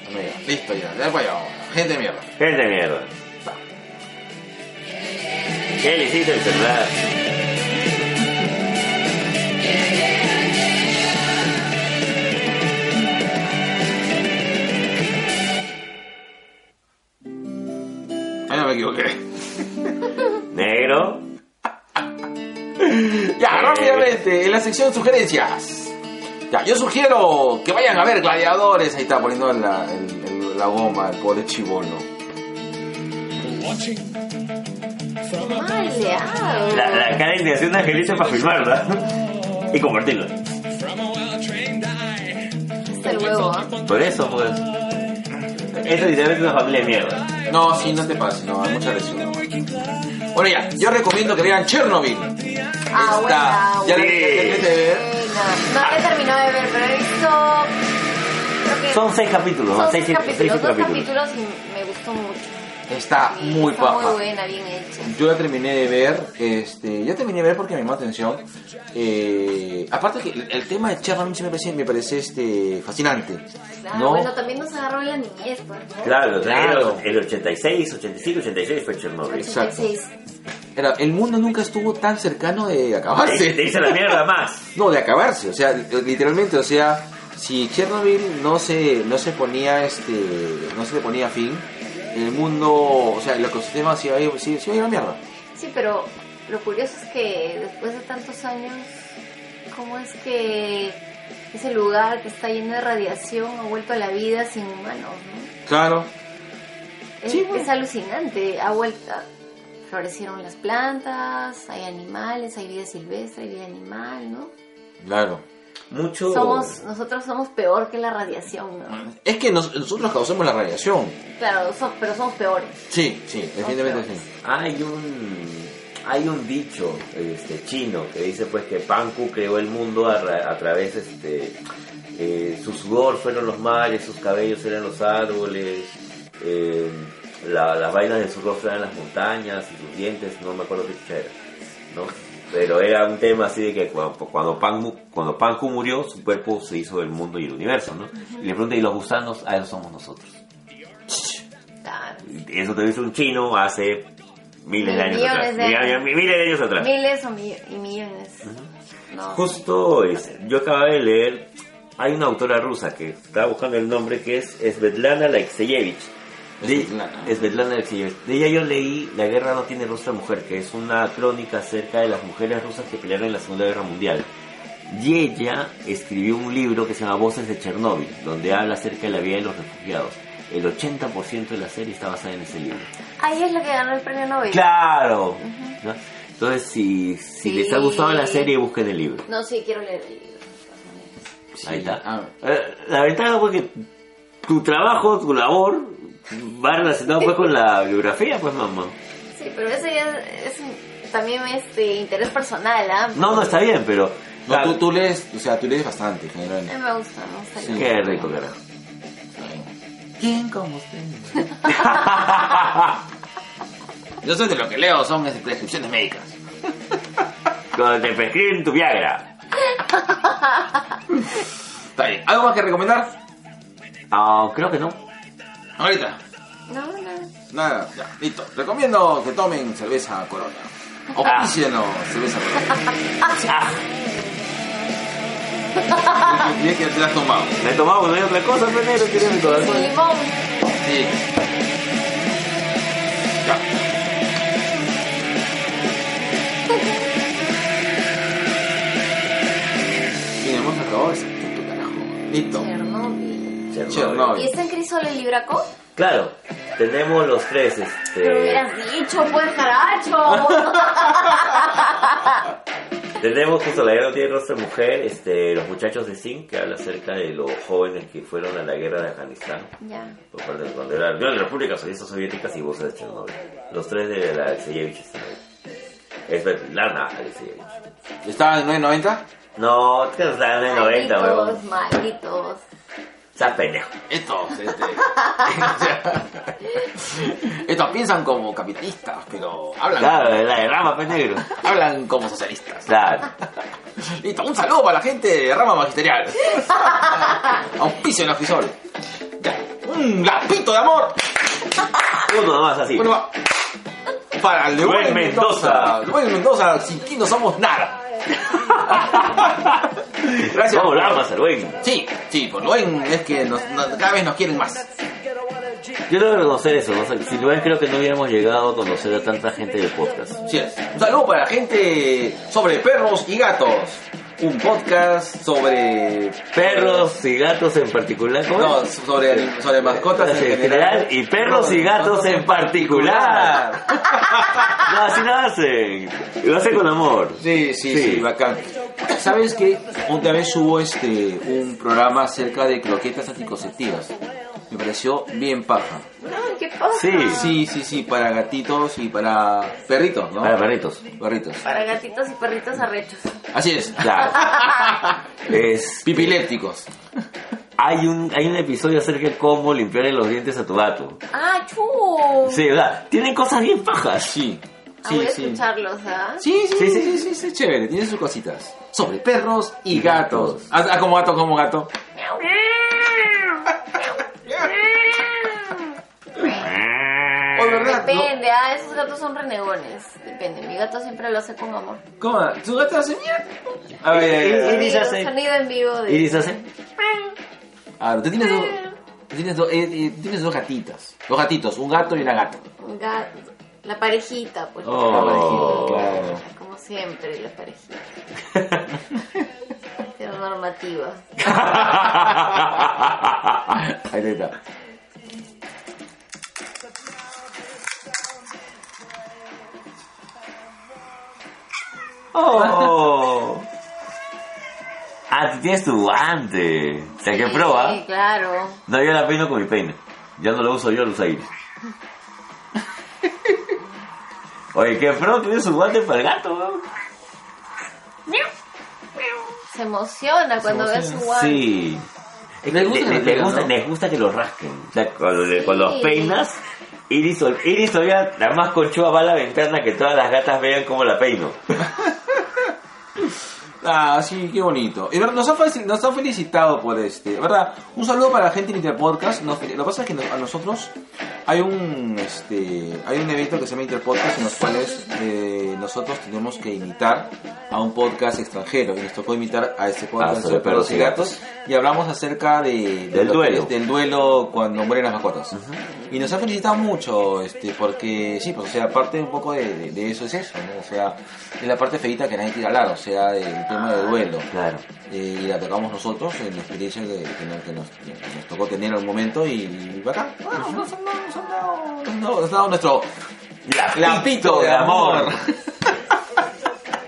A: No me digas. Listo ya, ya para allá. Gente de mierda.
B: ¿Qué es de mierda? ¿Qué le hiciste el celular?
A: Ay, no me equivoqué.
B: ¿Negro?
A: Ya,
B: Eh.
A: rápidamente, en la sección sugerencias. Ya, yo sugiero que vayan a ver Gladiadores. Ahí está poniendo la, el- el- la goma, el pobre chivolo.
C: Maleado.
B: La, la cara de indignación de Angelito para firmarla. Y compartirla.
C: Hasta el huevo, ¿ah?
B: Por eso, pues. Eso literalmente es una familia de mierda.
A: No, sí, no te pases, no, hay mucha lesión. Bueno, ya, yo recomiendo que vean Chernobyl.
C: Ah,
A: Está-
C: bueno.
A: ya la
B: Sí.
A: terminaste de ver.
C: No, no he terminado de ver, pero he visto. creo que
B: Son seis capítulos,
C: son
B: ¿no?
C: seis
B: Seis, siete- seis,
C: capítulos,
B: siete
C: dos
B: capítulos.
C: capítulos y me gustó mucho.
A: Está
C: Sí,
A: Ah, muy
C: está
A: paja.
C: muy buena, bien hecha.
A: Yo la terminé de ver, este, ya terminé de ver porque me llamó la atención. Eh, aparte que el, el tema de Chernobyl sí me parece, me parece este, fascinante.
C: Ah,
A: ¿no?
C: Bueno, también nos agarró en la niñez, pues. ¿no?
B: Claro,
A: Claro.
B: claro. El 86, 85, 86 fue Chernobyl.
C: 86.
A: Era, el mundo nunca estuvo tan cercano de
B: Te,
A: acabarse.
B: te hice la mierda más.
A: No, de acabarse, o sea, literalmente, o sea, si Chernobyl no se, no se ponía, este, no se le ponía fin, el mundo, o sea, el ecosistema se iba a ir, se, se iba a, ir a mierda.
C: Sí, pero lo curioso es que después de tantos años, ¿cómo es que ese lugar que está lleno de radiación ha vuelto a la vida sin humanos? ¿no?
A: Claro.
C: Es,
A: Sí, bueno.
C: es alucinante, ha vuelto. Florecieron las plantas, hay animales, hay vida silvestre, hay vida animal, ¿no?
A: Claro.
B: Mucho.
C: Somos, nosotros somos peor que la radiación, ¿no?
A: Es que nos- nosotros causamos la radiación.
C: Claro, so- pero somos peores.
A: Sí, sí, definitivamente sí.
B: Hay un. Hay un dicho este, chino que dice pues que Panku creó el mundo a, ra- a través este eh, su sudor fueron los mares, sus cabellos eran los árboles, eh, la- las vainas de su rostro eran las montañas y sus dientes, no me acuerdo qué chucha era, ¿no? Pero era un tema así de que cuando, cuando, Pangu, cuando Panku murió, su cuerpo se hizo del mundo y el universo, ¿no? Y le pregunta, ¿y los gusanos? Ah, esos somos nosotros.
C: Claro.
B: Eso te dice un chino hace miles de años
C: Millones
B: atrás.
C: de
B: Mira,
C: años.
B: mira, Miles de años atrás.
C: Miles o mi- y millones. No.
B: Justo es, yo acababa de leer, hay una autora rusa que estaba buscando el nombre que es Svetlana Alexeyevich. De-
A: Svetlana.
B: Svetlana Alexeyevich. De ella yo leí La guerra no tiene rostro de mujer, que es una crónica acerca de las mujeres rusas que pelearon en la Segunda Guerra Mundial. Y ella escribió un libro que se llama Voces de Chernóbil, donde habla acerca de la vida de los refugiados. El 80% de la serie está basada en ese libro.
C: Ahí es la que ganó el premio Nobel.
B: ¡Claro! ¿No? Entonces, si, si
C: Sí.
B: les ha gustado la serie, busquen el libro.
C: No, sí, quiero leer el libro.
B: Ahí está.
A: Ah.
B: Eh, La ventaja fue que tu trabajo, tu labor, va relacionado pues con la biografía, pues mamá.
C: Sí, pero ese ya es un- también este interés personal, ¿ah?
B: No, no está bien, pero...
A: No,
B: la-
A: tú, tú lees, o sea, tú lees bastante, generalmente.
C: Eh, Me gusta, me gusta. el
B: Qué
C: libro.
B: rico, carajo.
A: ¿Quién como usted? (laughs) Yo soy de lo que leo son este, prescripciones médicas.
B: Cuando te prescriben tu Viagra.
A: Está bien. ¿Algo más que recomendar?
B: Ah, creo que no. (laughs)
A: Ahorita.
C: No, no.
A: Nada, ya, listo. Recomiendo que tomen cerveza corona. O
B: Ah.
A: cerveza
B: (laughs)
A: corona. Y es que te la has tomado.
B: Me he tomado, no hay otra cosa, pero tiene mi
C: Con
B: corazón.
C: limón.
A: Sí. Ya. Y hemos acabado ese puto carajo. Listo.
C: Chernobyl.
B: Chernóbil.
A: Chernóbil.
C: ¿Y está en crisol el libraco?
B: Claro, tenemos los tres,
C: Pero
B: este...
C: hubieras dicho, pues, caracho.
B: Tenemos justo la guerra no tiene rostro de mujer, este, los muchachos de Zinc, que habla acerca de los jóvenes que fueron a la guerra de Afganistán.
C: ya.
B: por parte del cuando era Unión de Repúblicas Socialistas Soviéticas y voces de Chernobyl. Los tres de la Alexeyevich están ahí. Es Svetlana Alexeyevich.
A: ¿Estaba en 9.90?
B: No, que nos dan en 90,
C: Malditos,
B: weón.
C: malditos.
B: Está pendejo.
A: Estos, (laughs)
B: (laughs)
A: este, estos piensan como capitalistas, pero hablan,
B: Claro, es la de Rama, pues negro.
A: hablan como socialistas.
B: Claro.
A: (laughs) Listo, un saludo para la gente de Rama Magisterial. Auspicio en la Fisol. Ya, Un lapito de amor.
B: Uno nomás así.
A: Bueno, va. Para el de
B: Rubén
A: Rubén Mendoza.
B: Mendoza.
A: Rubén Mendoza, sin ti no somos nada. Gracias.
B: Vamos, Rama, Sarwin.
A: Sí, sí, por Rubén es que nos- nos- cada vez nos quieren más.
B: Yo debo reconocer eso. ¿no? O sea, Sin lugar creo que no hubiéramos llegado a conocer a tanta gente del podcast.
A: Así es. Un saludo para la gente sobre perros y gatos. Un podcast sobre.
B: Perros y gatos en particular. ¿cómo
A: No,
B: es?
A: sobre, sobre mascotas en general.
B: y perros y gatos en particular. No, así lo hacen. Lo hacen con amor.
A: Sí, sí, sí,
B: Sí.
A: bacán. ¿Sabes que Otra vez hubo este, un programa acerca de croquetas anticonceptivas. Me pareció bien paja.
C: No, qué cosa.
B: Sí.
A: Sí, sí, sí, para gatitos y para perritos, ¿no?
B: Para perritos.
A: Perritos.
C: Para gatitos y perritos arrechos.
A: Así es.
B: Claro. Es,
A: Pipilépticos.
B: hay, un, hay un episodio acerca de cómo limpiarle los dientes a tu gato.
C: Ah, chu.
B: Sí, ¿verdad? Tienen cosas bien pajas.
A: Sí.
C: Ah,
A: Sí,
C: voy a
A: sí.
C: escucharlos, ¿ah?
A: Sí, sí, sí,
B: Sí,
A: sí,
B: sí.
A: sí, sí, sí, chévere, tiene sus cositas. Sobre perros y gatos. Ah, ah, como gato, como gato.
C: Miau.
A: Oh, ¿verdad? No.
C: Depende, ah, esos gatos son renegones. Depende, mi gato siempre lo hace con amor.
A: ¿Cómo? ¿Tu gato hace mierda? A ver, a ver, a
C: Eh,
A: ver.
B: Iris
C: Sonido-
B: hace-
C: Sonido en vivo de...
B: Iris hace.
A: Ah, tú tienes un... Tienes, do- eh, eh, tienes dos gatitas. Dos gatitos, un gato y una gata.
C: Un gato. La parejita, pues.
B: Oh,
C: la parejita,
A: claro.
C: Como siempre,
B: (laughs)
C: la parejita. Pero normativa.
A: Ahí está.
B: ¡Oh! Ah, tú tienes tu guante. O sea, que
C: Sí,
B: prueba.
C: Sí, claro.
B: No, yo la peino con mi peine. Ya no lo uso yo, lo usa Iris. Oye, qué pro tiene su guante para el gato, weón.
C: Se emociona cuando ve su guante.
B: Sí. Es que
A: Les
B: le-
A: gusta que
B: le-
A: lo
B: les
A: peguen,
B: gusta,
A: ¿no?
B: les gusta que lo rasquen. O sea, cuando, le-
C: Sí.
B: cuando los peinas, Iris, sol- Iris todavía la más conchúa va a la ventana que todas las gatas vean cómo la peino.
A: Ah, sí, qué bonito. Y ver- nos han, fel- nos han felicitado por este, ¿verdad? Un saludo para la gente de Interpodcast. Nos fel- lo que pasa es que no- a nosotros hay un este hay un evento que se llama Interpodcast en los cuales eh, nosotros tenemos que imitar a un podcast extranjero. Y nos tocó imitar a este podcast
B: Ah,
A: sobre perros y gatos. Y hablamos acerca de, de
B: Del
A: lo que
B: duelo.
A: es- del duelo cuando mueren las mascotas. Y nos han felicitado mucho, este, porque sí, pues o sea, parte un poco de, de- de eso es eso, ¿no? O sea, es la parte feita que nadie quiere hablar, o sea, del tema de duelo.
B: Claro.
A: Eh, y la tocamos nosotros en la experiencia que, que nos, que nos- que nos tocó tener al momento y, y bacán. Bueno, nos han dado- nos han dado- nos han dado- nos han dado nuestro lapito de
B: (laughs)
A: amor.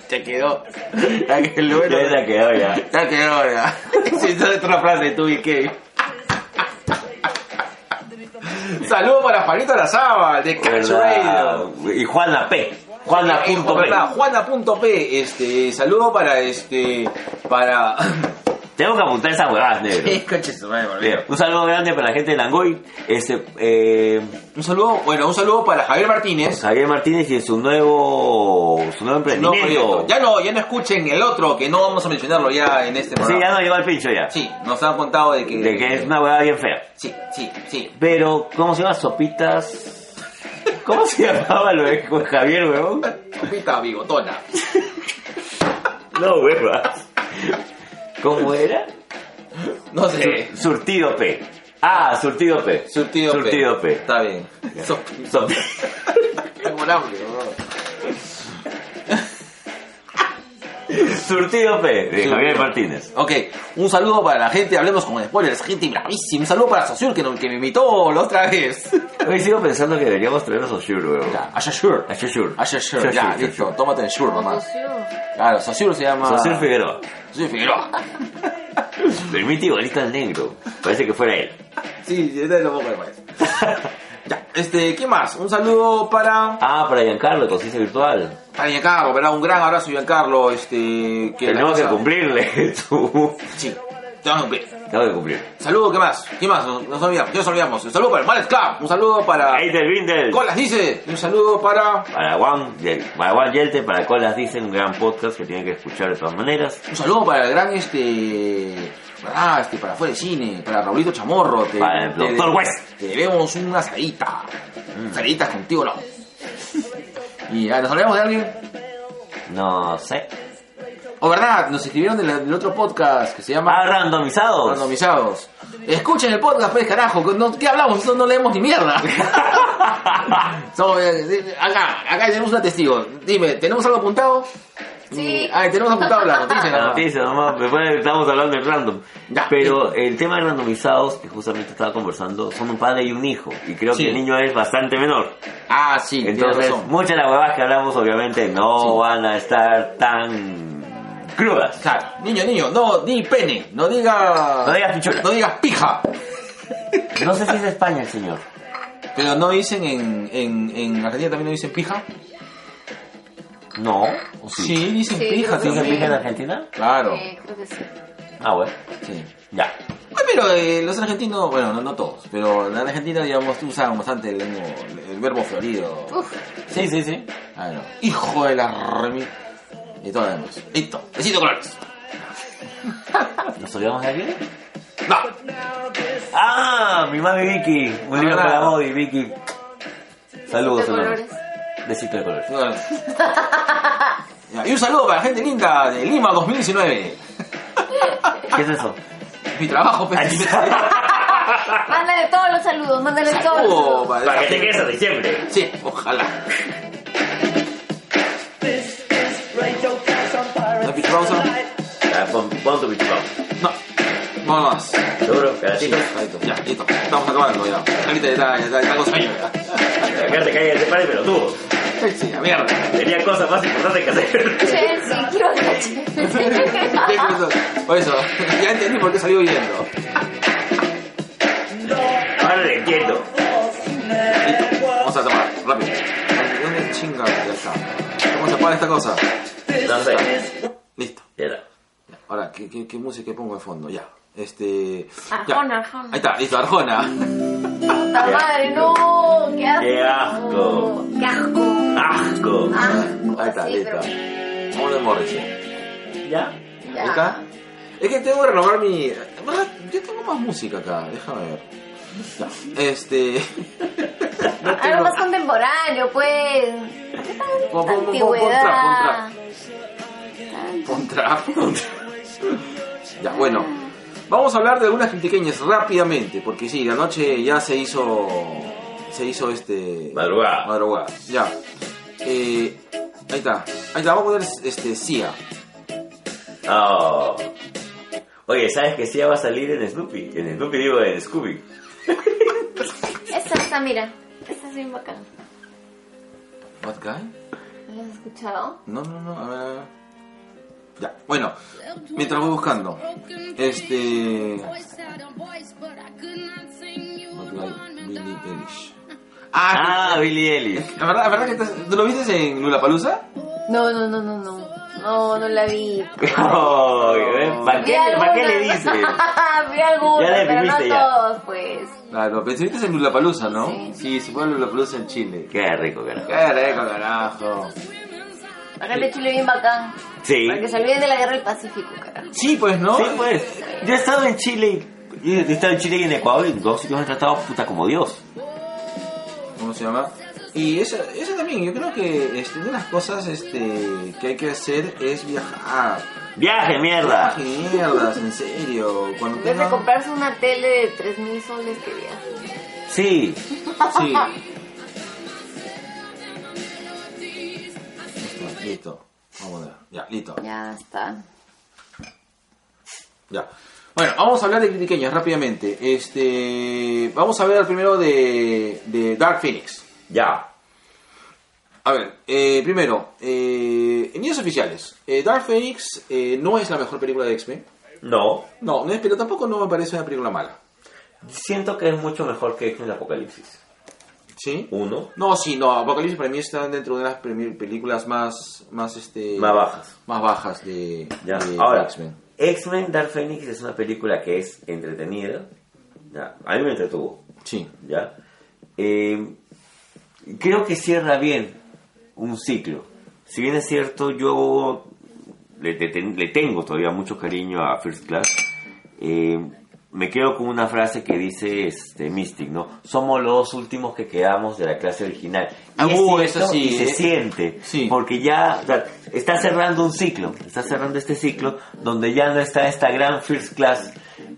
A: Te quedó. (laughs) Ya que el duelo-
B: Ya se la quedó ya.
A: ya quedó ya. (laughs) Si esa es otra frase tú y qué. Saludos para Juanito Lazaba de Cacho Radio.
B: ¿Verdad? Y Juana P. Juana
A: Eh,
B: punto P.
A: verdad, Juana.p, este, saludo para este,
B: (laughs)
A: para...
B: Tengo que apuntar esas huevadas, negro.
A: Conche su madre, me
B: Bien,
A: olvido.
B: Un saludo grande para la gente de Langoy. Este, eh,
A: Un saludo, bueno, un saludo para Javier Martínez.
B: Javier Martínez y su nuevo, su nuevo
A: No, eh,
B: emprendimiento.
A: ya no, ya no escuchen el otro, que no vamos a mencionarlo ya en este
B: sí, ya
A: programa.
B: no llegó al pincho ya.
A: Sí, nos han contado de que...
B: De que es una huevada bien fea.
A: Sí, sí, sí.
B: Pero, ¿cómo se llama? Sopitas. ¿Cómo se (laughs) llamaba lo de Javier, huevón?
A: Pita bigotona.
B: No, huevas. ¿Cómo era?
A: No sé.
B: Eh, surtido P. Ah, surtido P.
A: Surtido,
B: Surtido P.
A: Está bien. So-
B: Sopi-
A: Tengo un hambre, bro.
B: Surtido P. De Javier Martínez.
A: Ok, un saludo para la gente, hablemos con spoilers, gente bravísima. Un saludo para Sosur que, no- que me invitó la otra vez.
B: Hoy sigo pensando que deberíamos traer a Soshur, huevón.
A: Ya, a Sosur.
B: A Soshur.
A: A Sosur,
B: Soshur,
A: ya,
B: Soshur.
A: listo, Ah. tómate el Sosur
C: Como
A: nomás.
C: socio.
A: Claro, Sosur se llama...
B: Sosur Figueroa.
A: Sosur Figueroa.
B: Permite igualito al negro. Parece que fuera él.
A: Sí, yo te lo pongo después.
B: (laughs)
A: Ya, este, ¿qué más? Un saludo para...
B: Ah, para Giancarlo, de conciencia virtual.
A: Para Giancarlo, ¿verdad? Un gran abrazo, Giancarlo, este... Que la
B: Tenemos que
A: cosa-
B: cumplirle. (laughs) su-
A: Sí, tenemos que cumplir.
B: Tengo que cumplir.
A: Saludo, ¿qué más? ¿Qué más? Nos nos olvidamos, nos olvidamos. Un saludo para el Males Club, un saludo para...
B: Eitel Windel.
A: Colas dice, un saludo para...
B: Para Juan, Yel- para Juan Yelte, para Colas dicen un gran podcast que tienen que escuchar de todas maneras.
A: Un saludo para el gran este. Ah, este, para fuera de cine, para Raulito Chamorro. Te,
B: Para el
A: te-
B: Dr. West.
A: Te debemos una salita. Salitas contigo, no. Y ah, nos olvidamos de alguien.
B: No sé.
A: O verdad, nos escribieron del, del otro podcast que se
B: Ah,
A: llama
B: randomizados.
A: Randomizados. Escuchen el podcast, pues carajo, que no- ¿qué hablamos? Nosotros no leemos ni (laughs) mierda. Somos, eh, acá, acá tenemos una testigo. Dime, ¿tenemos algo apuntado?
C: Sí.
A: Ah, tenemos apuntado la noticia.
B: La
A: nada más.
B: (laughs) noticia nomás, pero bueno, estamos hablando de random.
A: Ya.
B: Pero el tema de randomizados, que justamente estaba conversando, son un padre y un hijo. Y creo
A: Sí.
B: que el niño es bastante menor.
A: Ah, sí, tienes
B: Entonces,
A: razón.
B: muchas de las huevas que hablamos obviamente no
A: Sí.
B: van a estar tan crudas.
A: Claro, niño, niño, no di pene, no diga.
B: No digas pichula.
A: No digas pija.
B: No sé si es de España el señor.
A: Pero no dicen en, en, en Argentina también no dicen pija.
B: No. ¿O sí?
A: dicen
C: Sí,
A: pija
B: ¿Sí
C: creo
B: se
A: también.
C: sí.
B: fija en Argentina?
A: Claro,
C: Sí, Eh, creo que sí.
B: Ah, bueno.
A: sí.
B: Ya.
A: Ay, pero eh, los argentinos, bueno, no, no todos, pero en Argentina, digamos, usan bastante el, lengo- el verbo florido.
C: Uf,
B: Sí, sí, sí.
A: Claro, hijo de la remi. Y todo lo demás. Listo, besito colores.
B: ¿Nos olvidamos de alguien?
A: No,
B: ¡Ah! Mi mami Vicky. Un libro
A: Ah.
B: para Modi, Vicky. Saludos, saludos.
C: de colores.
B: Besito de colores.
A: no, no. Ya, Y un saludo para la gente linda de Lima 2019.
B: ¿Qué es eso? (laughs)
A: Mi trabajo, pues.
C: Mándale todos los saludos, mándale todos los
A: Oh,
C: saludos.
A: va-
B: Para que te quedes a diciembre.
A: Sí, ojalá.
E: This is Radio Cats on Pirates.
A: ¿La Pitbullsa?
B: Ah, pon, pon tu pichipao.
A: No, vámonos.
B: Seguro,
A: Sí,
B: pedacito.
A: listo, ya, listo. Estamos acabando ya. Ahorita ya está, ya está, ya está con sueño ya.
B: (laughs) Acá te cae ese par de pelotudos.
A: Ay, Sí, a mierda.
B: Tenía cosas más importantes que hacer. (laughs)
C: Chelsea, quiero ver
A: (laughs)
C: Chelsea.
A: Por eso, ya entendí por qué salió huyendo.
B: Ahora lo entiendo.
A: Listo, vamos a tomar, rápido. Ay, ¿Dónde chinga? Ya está. ¿Cómo se apaga esta cosa?
B: No sé.
A: Listo.
B: Ya está.
A: Ahora, ¿qué, qué, qué música pongo de fondo? Ya. Este. ya.
C: Arjona, Arjona.
A: Ahí está, listo, Arjona.
C: Puta madre, no, qué asco.
B: Qué asco.
C: Qué asco.
B: Asco.
C: Asco,
A: Ahí está,
C: Ah, sí,
A: listo.
C: pero-
A: Vamos de Morrissey.
B: ¿Ya?
C: Ya.
A: Ahí está. Es que tengo que renovar mi. en verdad, Yo tengo más música acá, déjame ver. Ya, Este. (laughs)
C: Algo más contemporáneo, pues. ¿Qué tal
A: Pon- pon- pon-
C: Antigüedad.
A: Pon trap. ya, bueno. Vamos a hablar de algunas critiqueñas rápidamente, porque sí, la noche ya se hizo. Se hizo este.
B: Madrugada.
A: Madrugada. Ya. Eh, ahí está. Ahí está, vamos a poner este, Sia.
B: Oh. Oye, ¿sabes que Sia va a salir en Snoopy? En Snoopy digo, en Scooby.
C: Esta está, mira. Esta es bien bacana.
A: What guy?
C: ¿Lo has escuchado?
A: No, no, no, a ver, a ver. Ya, bueno, mientras voy buscando. Este. What guy? Billie Eilish. Ah,
B: Ah, Billy Ellis.
A: la verdad, la verdad que estás- ¿tú lo viste en Lula Palusa?
C: No, no, no, no, no. No, no la vi.
B: ¿Para qué, ¿Para qué le
C: dices?
B: dices?
C: (laughs) vi algunos,
B: Ya la
C: pero no
B: viviste ya.
C: todos, pues.
A: Claro, pero sí viste en Lula Palusa, ¿no?
C: Sí.
A: Sí, se fue a Lula Palusa en Chile.
B: Qué rico, carajo.
A: Qué rico, carajo.
C: Acá de Chile bien bacán.
B: Sí.
C: Para que se olviden de la guerra del Pacífico, carajo.
A: Sí, pues, ¿no?
B: Sí, pues. Yo he estado en Chile y- y... He estado en Chile y en Ecuador y en dos sitios me han tratado puta como Dios.
A: ¿Cómo se llama? Y eso, eso también, yo creo que este, una de las cosas este, que hay que hacer es viajar.
B: ¡Viaje, mierda!
A: Qué mierdas, en serio. Cuando
C: En vez de
A: tengan-
C: comprarse una tele de 3.000 soles que viaja.
B: Sí. (laughs)
A: Sí. Listo, listo. Vamos a ver. Ya, listo.
C: Ya está.
A: Ya. Bueno, vamos a hablar de critiqueñas rápidamente. Este, vamos a ver primero de, de Dark Phoenix.
B: Ya.
A: A ver, eh, primero, eh, en líneas oficiales, eh, Dark Phoenix eh, no es la mejor película de X-Men.
B: No.
A: No, no es, pero tampoco no me parece una película mala.
B: Siento que es mucho mejor que X-Men Apocalipsis.
A: ¿Sí?
B: Uno.
A: No, sí, no, Apocalipsis para mí está dentro de las primer- películas más, más, este,
B: Más bajas.
A: más bajas de,
B: Ya.
A: de
B: Ahora,
A: X-Men.
B: X-Men Dark Phoenix es una película que es entretenida. Ya. A mí me entretuvo.
A: Sí.
B: ¿ya? Eh, creo que cierra bien un ciclo. Si bien es cierto, yo le, le ten- le tengo todavía mucho cariño a First Class. eh, me quedo con una frase que dice este Mystic, ¿no? Somos los últimos que quedamos de la clase original. Y
A: Ah, uh,
B: cierto,
A: eso sí,
B: y se
A: eh.
B: siente,
A: Sí.
B: porque ya o sea, está cerrando un ciclo, está cerrando este ciclo donde ya no está esta gran First Class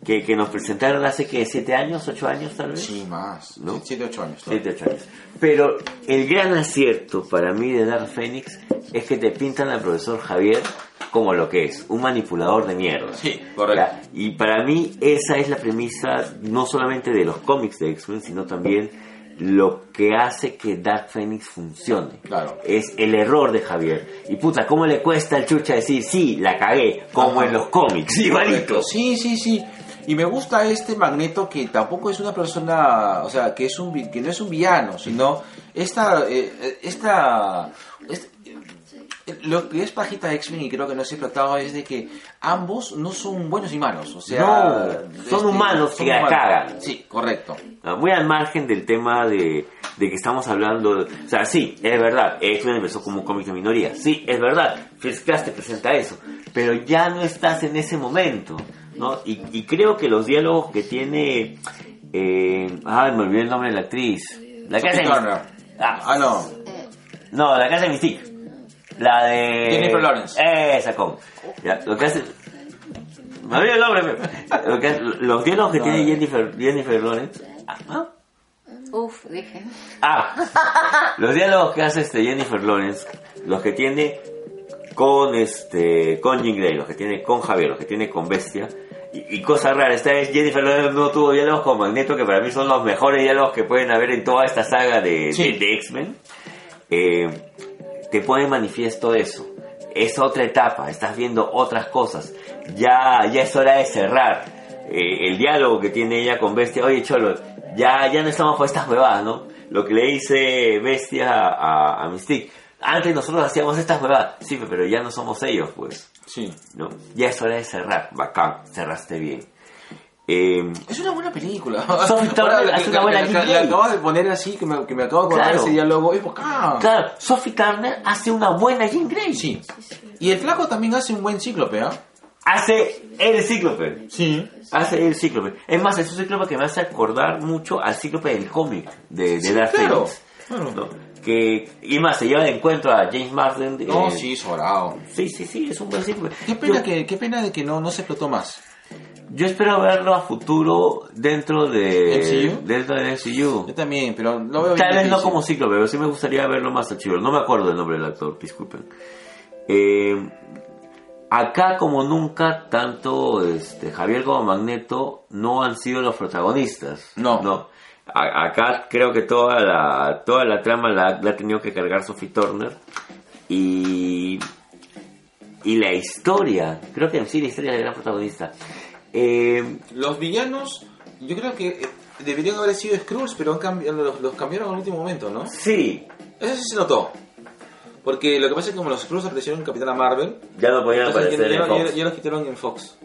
B: que, que nos presentaron hace que siete años, ocho años tal vez.
A: Sí, más.
B: ¿No?
A: 7, 8 años. ¿no?
B: Siete, ocho años. Pero el gran acierto para mí de Dark Phoenix es que te pintan al profesor Javier como lo que es, un manipulador de mierda.
A: Sí, correcto.
B: Ya, Y para mí esa es la premisa no solamente de los cómics de X-Men, sino también lo que hace que Dark Phoenix funcione.
A: Claro.
B: Es el error de Javier. Y puta, ¿cómo le cuesta al chucha decir, sí, la cagué, como
A: Ajá.
B: en los cómics, igualito?
A: Sí, sí, sí. Y me gusta este Magneto que tampoco es una persona, o sea, que es un vi- que no es un villano, sino esta eh, eh, esta, este- eh, lo que es pajita de X-Men y creo que no se tratado es de que ambos no son buenos y malos, o sea, este,
B: No, son humanos que la cagan.
A: Sí, correcto.
B: Ah, Muy al margen del tema de, de que estamos hablando. O sea, sí, es verdad. X-Men empezó como un cómic de minoría. Sí, es verdad. First Class te presenta eso. Pero ya no estás en ese momento. ¿no? Y, y creo que los diálogos que tiene. Eh, ay, me olvidé el nombre de la actriz. La que hace.
A: Sophie Turner.
B: Ah,
A: Ah, no.
C: Eh,
B: no, la que hace Mystique. La de.
A: Jennifer Lawrence.
B: Esa con. Ya, lo que hace. Me abrió el hombre, pe. Lo que- Los diálogos que tiene Jennifer, Jennifer Lawrence. Ah,
C: Uf, dije.
B: Ah, los diálogos que hace este Jennifer Lawrence, los que tiene con este con Jean Grey, los que tiene con Javier, los que tiene con Bestia. Y, y cosa rara, esta vez Jennifer Lawrence no tuvo diálogos con Magneto, que para mí son los mejores diálogos que pueden haber en toda esta saga de,
A: Sí.
B: de- de X-Men. Eh, te pone manifiesto eso. Es otra etapa, estás viendo otras cosas. Ya, ya es hora de cerrar eh, el diálogo que tiene ella con Bestia. Oye, Cholo, ya, ya no estamos por estas huevadas, ¿no? Lo que le dice Bestia a, a, a Mystique. Antes nosotros hacíamos estas huevadas. Sí, pero ya no somos ellos, pues.
A: Sí.
B: ¿no? Ya es hora de cerrar. Bacán, cerraste bien. Eh,
A: Es una buena (laughs) película.
B: Son-
A: Ahora,
B: es una buena
A: la, la-
B: idea.
A: la acabas de poner así, que me, que me acabo de acordar
B: Claro.
A: ese diálogo. pues, ah, Es bacán.
B: claro, Sophie Turner hace una buena Jean Grey.
A: Sí. Y el flaco también hace un buen cíclope, ¿ah?
B: Hace el cíclope.
A: Sí.
B: Hace el cíclope. Es más, es un cíclope que me hace acordar mucho al cíclope del cómic de, de Dark
A: claro.
B: Phoenix,
A: Claro.
B: ¿no? Que, y más, se lleva de encuentro a James Marsden. eh,
A: No, sí, sobrado.
B: Sí, sí, sí, es un buen cíclope.
A: Qué pena,
B: yo,
A: que, qué pena de que no, no se explotó más.
B: yo espero verlo a futuro dentro de...
A: ¿MCU?
B: Dentro de MCU.
A: Yo también, pero lo veo bien
B: Tal vez no
A: difícil.
B: como cíclope, pero sí me gustaría verlo más archivo. No me acuerdo el nombre del actor, disculpen. Eh, acá, como nunca, tanto este, Javier como Magneto no han sido los protagonistas.
A: No.
B: A- acá creo que toda la, toda la trama la, la ha tenido que cargar Sophie Turner. Y. Y la historia. Creo que en sí la historia es la gran protagonista. Eh,
A: Los villanos, yo creo que eh, deberían haber sido Skrulls, pero han cambi- los, los cambiaron al último momento, ¿no?
B: sí,
A: Eso sí se notó. Porque lo que pasa es que como los Skrulls aparecieron en Capitana Marvel,
B: ya no podían
A: entonces ya,
B: aparecer en
A: ya- ya-
B: Fox.
A: ya los quitaron en Fox.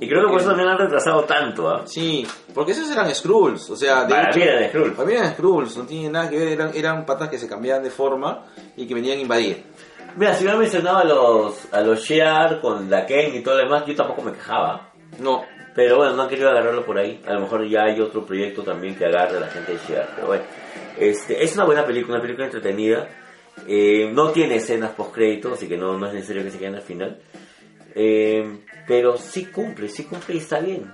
B: Y creo que por eso también han retrasado tanto, ¿ah?
A: Sí, porque esos eran Skrulls, o sea, de
B: Para
A: hecho-
B: mí era de Skrull.
A: para mí eran Skrulls, no tiene nada que ver, eran, eran patas que se cambiaban de forma y que venían a invadir.
B: Mira, si no mencionaba a los, a los Shear con la Ken y todo lo demás, yo tampoco me quejaba.
A: No,
B: Pero bueno, no han querido agarrarlo por ahí. A lo mejor ya hay otro proyecto también que agarre a la gente de Shear. Pero bueno, este, es una buena película, una película entretenida. Eh, no tiene escenas post-crédito, así que no, no es necesario que se queden al final. Eh, pero sí cumple, sí cumple y está bien.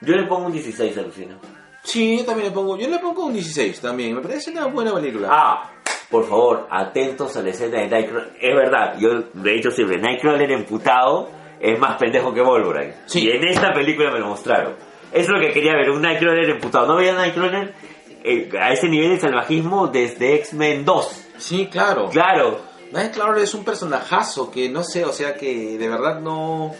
B: Yo le pongo un 16 alucina.
A: sí, yo también le pongo, yo le pongo un 16 también, me parece una buena película.
B: Ah, por favor, atentos a la escena de Nightcrawler. Es verdad, yo de hecho siempre, Nightcrawler emputado es más pendejo que Wolverine.
A: Sí.
B: Y en esta película me lo mostraron. Es lo que quería ver, un Nightcrawler emputado. No veía Nightcrawler eh, a ese nivel de salvajismo desde X-Men 2.
A: Sí, claro.
B: Claro,
A: Nightcrawler es un personajazo que no sé, o sea que de verdad no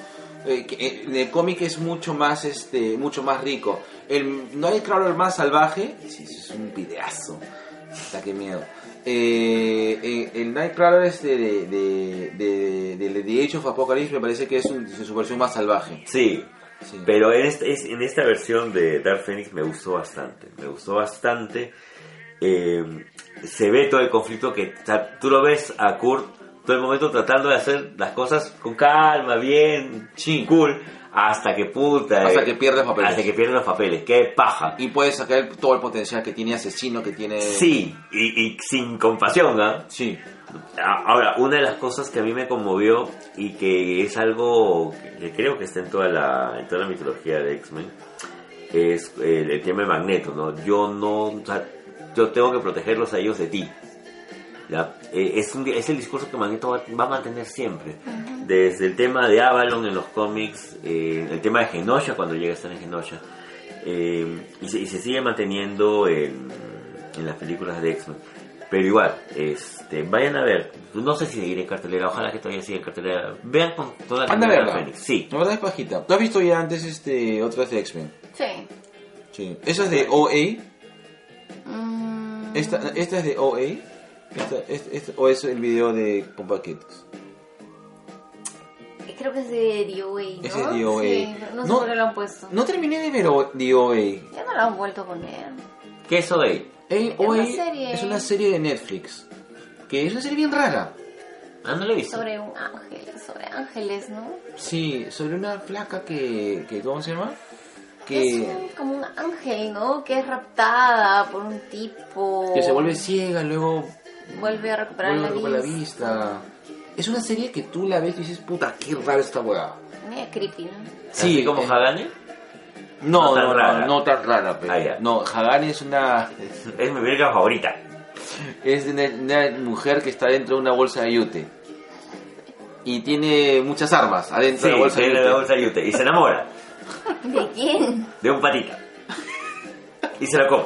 A: eh, que, eh, en el cómic es mucho más este mucho más rico. El Nightcrawler más salvaje, sí, sí, es un pideazo. Puta, qué miedo. Eh, eh, el Nightcrawler este de, de, de, de- de The Age of Apocalypse me parece que es un- su versión más salvaje.
B: sí.
A: Sí.
B: Pero en, este- es- en esta versión de Dark Phoenix me gustó bastante. Me gustó bastante. Eh, se ve todo el conflicto que tra- tú lo ves a Kurt todo el momento tratando de hacer las cosas con calma, bien,
A: Sí.
B: cool, hasta que puta.
A: Hasta
B: eh,
A: que pierdes papeles.
B: Hasta que pierdes los papeles. Qué paja.
A: Y eh, puedes sacar el- todo el potencial que tiene asesino, que tiene...
B: Sí, y, y sin compasión, ¿ah?
A: Sí.
B: A- Ahora, una de las cosas que a mí me conmovió y que es algo que creo que está en toda la, en toda la mitología de X-Men es eh, el, el tema de Magneto, ¿no? Yo no, o sea, yo tengo que protegerlos a ellos de ti. ¿ya? Eh, Es, un- es el discurso que Magneto va, va a mantener siempre. Desde el tema de Avalon en los cómics, eh, el tema de Genosha cuando llega a estar en Genosha, eh, y, se, y se sigue manteniendo en, en las películas de X-Men. Pero igual, este, vayan a ver, no sé si seguiré en cartelera, ojalá que todavía siga en cartelera. Vean con toda la
A: Anda a
B: cartelera
A: verla.
B: Fénix, sí.
A: La verdad es pajita. ¿Tú has visto ya antes este otras de X-Men?
C: Sí.
A: Sí. Esa es de OA.
C: Mm,
A: Esta, esta es de OA. Esta, esta- esta- o es el video de Pumpa Kids.
C: Creo que es de DOA, ¿no?
A: Ese es DOA.
C: Sí, no, no sé
A: No-
C: por qué lo han puesto.
A: No terminé de ver O- de OA.
C: Ya no lo han vuelto a poner.
B: ¿Qué es hoy?
A: El
C: una
A: OA
C: serie.
A: es una serie de Netflix. Que es una serie bien rara.
B: Ah, no lo he visto.
C: Sobre un ángel, sobre ángeles, ¿no?
A: Sí, sobre una flaca que, que ¿cómo se llama?
C: Es
A: Que,
C: un- como un ángel, ¿no? Que es raptada por un tipo.
A: que se vuelve ciega, luego
C: Vuelve a recuperar
A: vuelve a
C: la,
A: recuperar la
C: vista.
A: vista. es una serie que tú la ves y dices, puta, qué raro esta hueá.
C: Media creepy, ¿no?
B: Así como
A: eh,
B: Hagane,
A: No,
B: No tan
A: no, no,
B: rara.
A: no tan rara, pero.
B: Ah, ya.
A: No, Hagane es una.
B: es mi película favorita.
A: Es de una, una mujer que está dentro de una bolsa de yute. Y tiene muchas armas adentro
B: Sí,
A: de la bolsa de
B: tiene la
A: yute.
B: bolsa de yute. Y se enamora
C: (laughs) ¿De quién?
A: (laughs)
B: de un patita. Y se la come.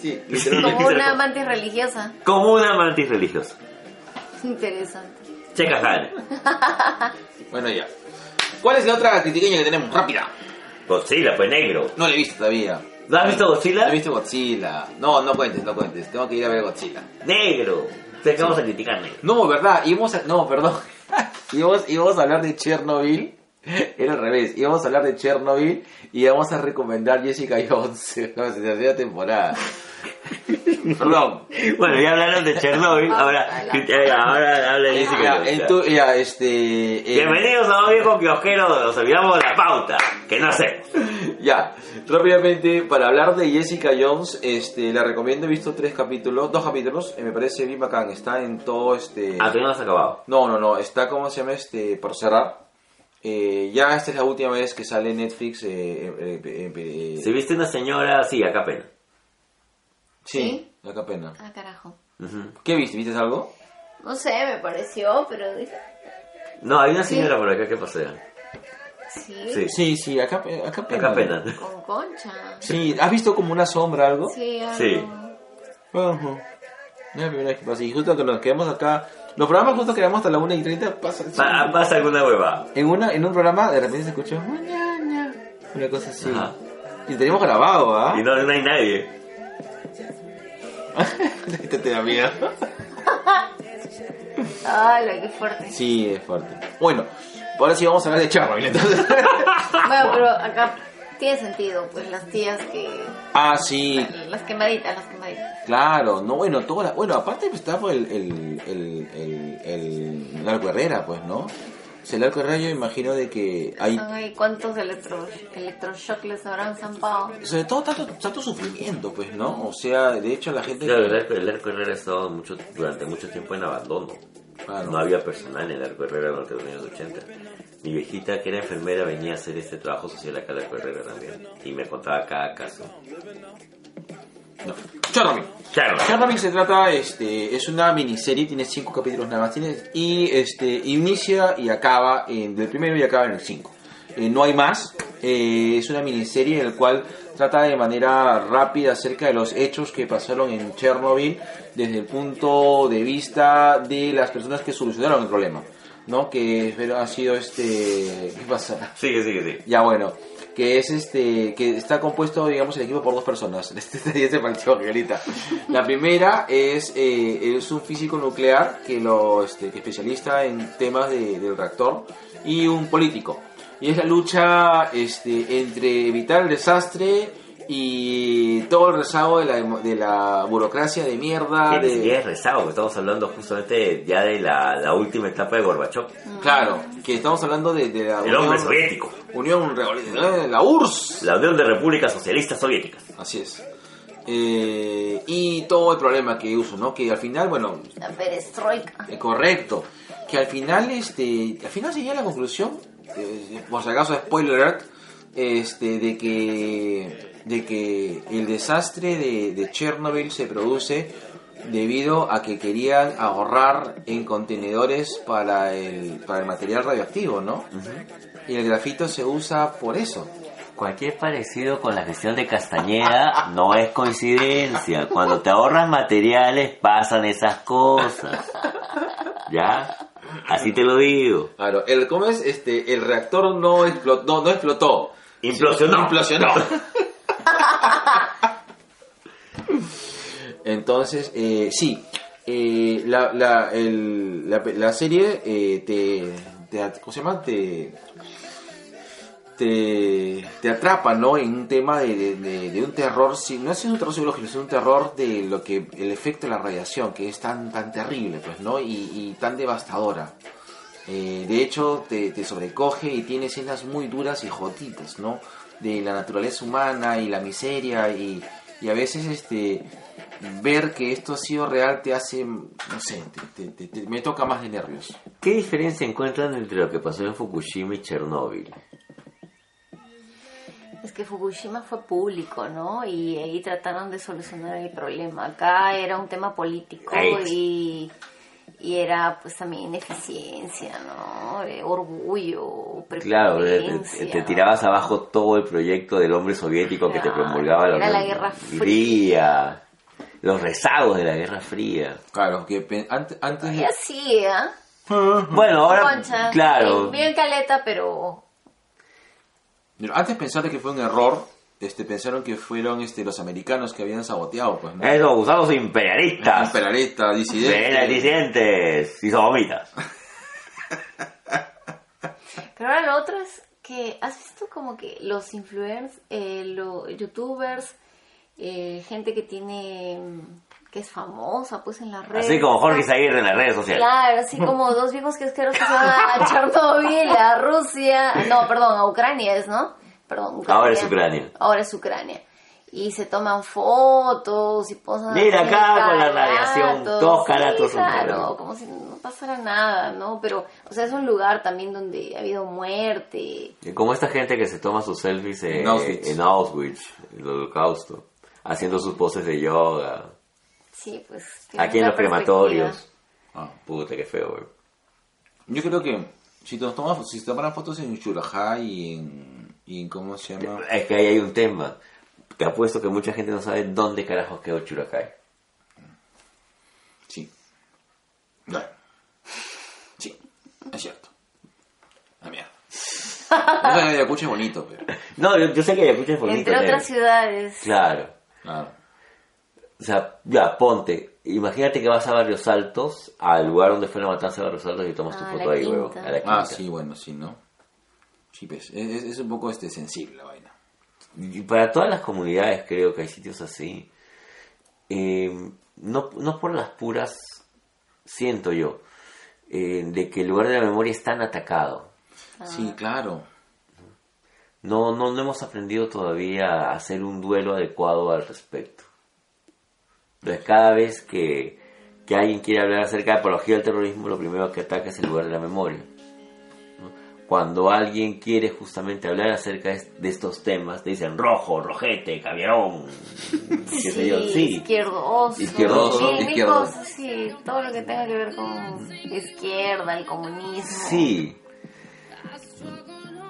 A: Sí,
C: Como
B: (laughs) Sí,
C: una
B: claro.
C: amante religiosa.
B: Como una mantis religiosa.
C: Interesante.
B: Checa Hagane.
A: Bueno, ya. ¿Cuál es la otra critiqueña que tenemos? Rápida.
B: Godzilla, pues negro.
A: No la he visto todavía.
B: ¿No has visto Godzilla?
A: ¿Has visto Godzilla? No, no cuentes, no cuentes. Tengo que ir a ver Godzilla.
B: Negro. Te acabamos de criticar, negro.
A: No, verdad, íbamos a... No, perdón. (laughs) íbamos, íbamos a hablar de Chernobyl. Era al revés. Íbamos a hablar de Chernobyl y íbamos a recomendar Jessica (laughs) Jones. La tercera (laughs) temporada. perdón.
B: Bueno, ya hablaron de Chernobyl, ahora, eh, ahora habla de Jessica.
A: Ya,
B: Jones, ya.
A: Ah, en tu- ya, este... eh,
B: Bienvenidos a un viejo kiosquero, nos olvidamos de la pauta, que no sé.
A: Ya, rápidamente, para hablar de Jessica Jones, este, la recomiendo, he visto tres capítulos, dos capítulos, eh, me parece bien bacán, está en todo este...
B: Ah, todavía no has acabado.
A: No, no, no, está, ¿cómo se llama? Este, por cerrar. Eh, ya esta es la última vez que sale Netflix. eh, eh, eh, eh, eh,
B: Si viste una señora, sí, acá pena.
A: sí, acá pena.
C: Ah, carajo.
B: Ujú.
A: ¿Qué viste? ¿Viste algo?
C: No sé, me pareció, pero dije,
B: No, hay una señora por acá que pasea.
C: sí,
B: Sí.
A: Sí, sí, acá, pe- acá pena.
B: Acá pena. (laughs)
C: con concha.
A: Sí, ¿has visto como una sombra algo?
C: Sí, algo.
B: Sí.
A: Ajá. No es la primera vez que pasa. Y justo que nos quedamos acá, los programas justo que quedamos hasta la 1 y 30 pasan.
B: Pa- pasa alguna hueva.
A: En, una, en un programa de repente se escuchó "Mañana", una cosa así.
B: Ajá.
A: Y lo teníamos grabado, ¿ah?
B: Y no, no hay nadie.
A: (laughs) Te- te da Este miedo.
C: Ay, qué
B: (laughs)
C: fuerte.
A: Sí, es fuerte. Bueno, ahora sí vamos a hablar de Chernobyl entonces.
C: Bueno, pero acá tiene sentido, pues las tías que.
A: ah, sí,
C: Las quemaditas, las quemaditas.
A: claro. No, bueno, toda la- bueno, aparte pues, está pues, el, el, el, el, el- el arco Herrera, pues, ¿no? O sea, el arco Herrera yo imagino de que hay...
C: Ay, cuántos electro, electroshock les habrán zampado.
A: Sobre todo tanto, tanto sufrimiento, pues, ¿no? O sea, de hecho la gente...
B: Claro, el arco, el arco Herrera ha estado mucho, durante mucho tiempo en abandono.
A: Claro.
B: No había personal en el arco Herrera durante los años 80. Mi viejita, que era enfermera, venía a hacer este trabajo social acá al arco Herrera también. Y me contaba cada caso.
A: No. Chernobyl.
B: Claro.
A: Chernobyl se trata, este, es una miniserie, tiene cinco capítulos nada más, tiene, y este, inicia y acaba en el primero y acaba en el cinco. Eh, no hay más, eh, es una miniserie en la cual trata de manera rápida acerca de los hechos que pasaron en Chernobyl desde el punto de vista de las personas que solucionaron el problema, ¿no? Que pero ha sido este, ¿qué pasa?
B: Sigue, sigue, sigue.
A: Ya bueno, que es este, que está compuesto, digamos, el equipo por dos personas. (laughs) Este se partió ahorita. La primera es, eh, es un físico nuclear que lo este, que especialista en temas de, del reactor y un político. Y es la lucha este, entre evitar el desastre y todo el rezago de la, de la burocracia de mierda.
B: Que ni siquiera
A: Ah, De,
B: es rezado, porque estamos hablando justamente ya de la, la última etapa de Gorbachov.
A: claro, que estamos hablando de, de la
B: El hombre
A: Unión,
B: soviético.
A: Unión Revolucionaria, la URSS.
B: La Unión de Repúblicas Socialistas Soviéticas.
A: Así es. Eh, y todo el problema que uso, ¿no? Que al final, bueno,
C: La perestroika.
A: eh, correcto. Que al final, este, al final se llega a la conclusión, eh, por si acaso, spoiler alert, este, de que, de que el desastre de, de Chernobyl se produce debido a que querían ahorrar en contenedores para el, para el material radioactivo, ¿no? Y el grafito se usa por eso.
B: Cualquier parecido con la gestión de Castañeda no es coincidencia. Cuando te ahorras materiales pasan esas cosas. ¿Ya? Así te lo digo.
A: Claro, el, ¿cómo es? Este, el reactor no explotó, no, no explotó.
B: Implosionó.
A: Implosionó. (laughs) Entonces, eh, sí, eh, la, la, el- la, la serie eh, te, te, at- ¿cómo se llama? Te, te, te atrapa, ¿no? En un tema de, de- de- de un terror, sí, no es un terror psicológico, es un terror de lo que, el efecto de la radiación, que es tan, tan terrible, pues, ¿no? Y, y tan devastadora. Eh, de hecho, te, te sobrecoge y tiene escenas muy duras y jotitas, ¿no? De la naturaleza humana y la miseria y, y a veces este ver que esto ha sido real te hace, no sé, te- te- te- te- me toca más de nervios.
B: ¿Qué diferencia encuentran entre lo que pasó en Fukushima y Chernóbil?
C: Es que Fukushima fue público, ¿no? Y ahí trataron de solucionar el problema. Acá era un tema político
B: Ahí.
C: y, y era pues también ineficiencia, ¿no? Eh, orgullo,
B: Claro, te,
C: prepotencia.
B: te- te tirabas abajo todo el proyecto del hombre soviético que te
C: Claro,
B: promulgaba
C: era la Guerra
B: Fría, los rezagos de la Guerra Fría.
A: Claro, que pe- ante- antes,
C: Y así, ¿eh?
B: Bueno, ahora,
C: Concha,
B: claro,
C: eh, Bien caleta, pero
A: de- antes pensar de que fue un error, este, pensaron que fueron este, los americanos que habían saboteado, pues, ¿no?
B: esos abusados imperialistas,
A: Imperialista, disidente.
B: de disidentes y sodomitas.
C: Pero ahora lo otro es que has visto como que los influencers, eh, los youtubers, eh, gente que tiene mm, que es famosa pues en las redes.
B: Así como Jorge
C: ¿no?
B: Zaguirre en las redes sociales.
C: Claro,
B: (laughs)
C: así como dos viejos que se van a Chernobyl, a Rusia, no, perdón, a Ucrania es, ¿no? Perdón, Ucrania.
B: Ahora es Ucrania.
C: Ahora es Ucrania. Y se toman fotos y posan.
B: Mira
C: así,
B: acá con la radiación,
C: caratos.
B: todos caratos
C: Sí,
B: son
C: claro,
B: todos.
C: como si no pasara nada, ¿no? Pero, o sea, es un lugar también donde ha habido muerte.
B: Y Como esta gente que se toma sus selfies eh, en
A: En
B: Auschwitz,
A: Auschwitz.
B: el holocausto, haciendo sus poses de yoga,
C: Sí, pues. tiene
B: aquí en los
C: otra
B: crematorios.
A: Ah.
B: Puta, qué feo, güey.
A: Yo creo que si nos toman, si se tomaran fotos en Churajá y en, y en ¿cómo se llama?
B: Es que ahí hay un tema. Te apuesto que mucha gente no sabe dónde carajos quedó Churacay.
A: Sí. Bueno. Sí, es cierto. La
B: (laughs)
A: mierda. No sé, Ayacucho es bonito, pero.
B: No, yo, yo sé que Ayacucho es bonito.
C: Entre
B: negro.
C: otras ciudades.
B: Claro.
A: Claro.
B: O sea, ya, ponte. Imagínate que vas a Barrios Altos, al lugar donde fue la matanza de Barrios Altos y tomas tu
C: Ah,
B: foto
C: la
B: ahí,
C: quinta.
B: huevo. A la quinta.
A: Ah, sí, bueno, sí, ¿no? Sí, pues, es, es- es un poco este, sensible la vaina.
B: Y para todas las comunidades creo que hay sitios así. Eh, no, no por las puras, siento yo, eh, de que el lugar de la memoria es tan atacado. Ah.
A: Sí, claro.
B: No, no, no hemos aprendido todavía a hacer un duelo adecuado al respecto. Entonces, cada vez que, que alguien quiere hablar acerca de apología del terrorismo, lo primero que ataca es el lugar de la memoria. ¿no? Cuando alguien quiere justamente hablar acerca es- de estos temas, te dicen rojo, rojete, caviarón, qué sé yo. Sí,
C: Izquierdoso.
B: Izquierdoso,
C: mil- mil
A: izquierdoso.
C: cosas, sí, todo lo que tenga que ver con izquierda, el comunismo.
B: sí.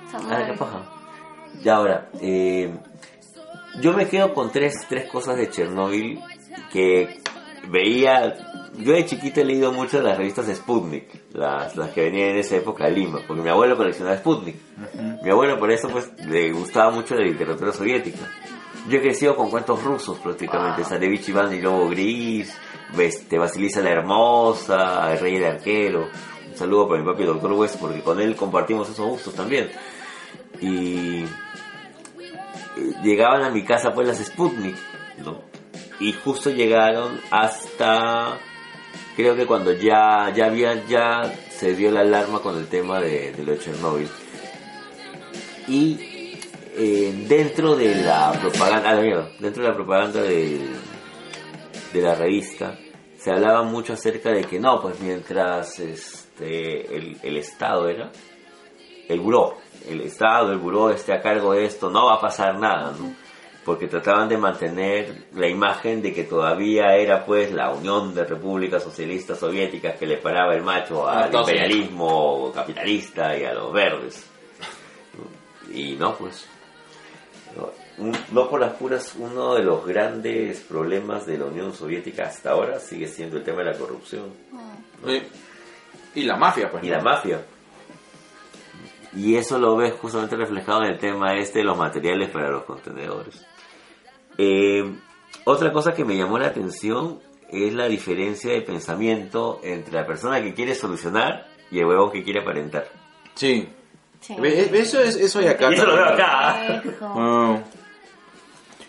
C: Esa
B: Ah,
C: madre.
B: qué paja. Y ahora, eh, yo me quedo con tres, tres cosas de Chernobyl que veía. Yo de chiquito he leído mucho las revistas Sputnik, las, las que venían en esa época a Lima, porque mi abuelo coleccionaba Sputnik. Mi abuelo por eso pues le gustaba mucho la literatura soviética. Yo he crecido con cuentos rusos prácticamente, Sarevich Iván y Lobo Gris, este, Vasilisa la Hermosa, El Rey del Arquero. Un saludo para mi papi, doctor West, porque con él compartimos esos gustos también y eh, llegaban a mi casa pues las Sputnik, ¿no? Y justo llegaron hasta creo que cuando ya ya había ya se dio la alarma con el tema de, de lo de Chernobyl. Y eh, dentro de la propaganda, ah, la mierda, dentro de la propaganda del- de la revista se hablaba mucho acerca de que no, pues mientras este el, el Estado era el buró, el Estado, el buró esté a cargo de esto, no va a pasar nada, ¿no? Porque trataban de mantener la imagen de que todavía era pues la Unión de Repúblicas Socialistas Soviéticas que le paraba el macho
A: Ah,
B: al
A: Estados Unidos.
B: imperialismo capitalista y a los verdes. Y no, pues. No, un- no por las puras, uno de los grandes problemas de la Unión Soviética hasta ahora sigue siendo el tema de la corrupción
A: Eh, Y la mafia, pues.
B: y
A: ¿no?
B: la mafia. Y eso lo ves justamente reflejado en el tema este de los materiales para los contenedores. Eh, otra cosa que me llamó la atención es la diferencia de pensamiento entre la persona que quiere solucionar y el huevón que quiere aparentar.
A: Sí.
C: Sí.
A: Ve- es- Eso es eso hay acá.
B: Y eso lo veo
A: también.
B: acá.
C: Eso.
A: Ah.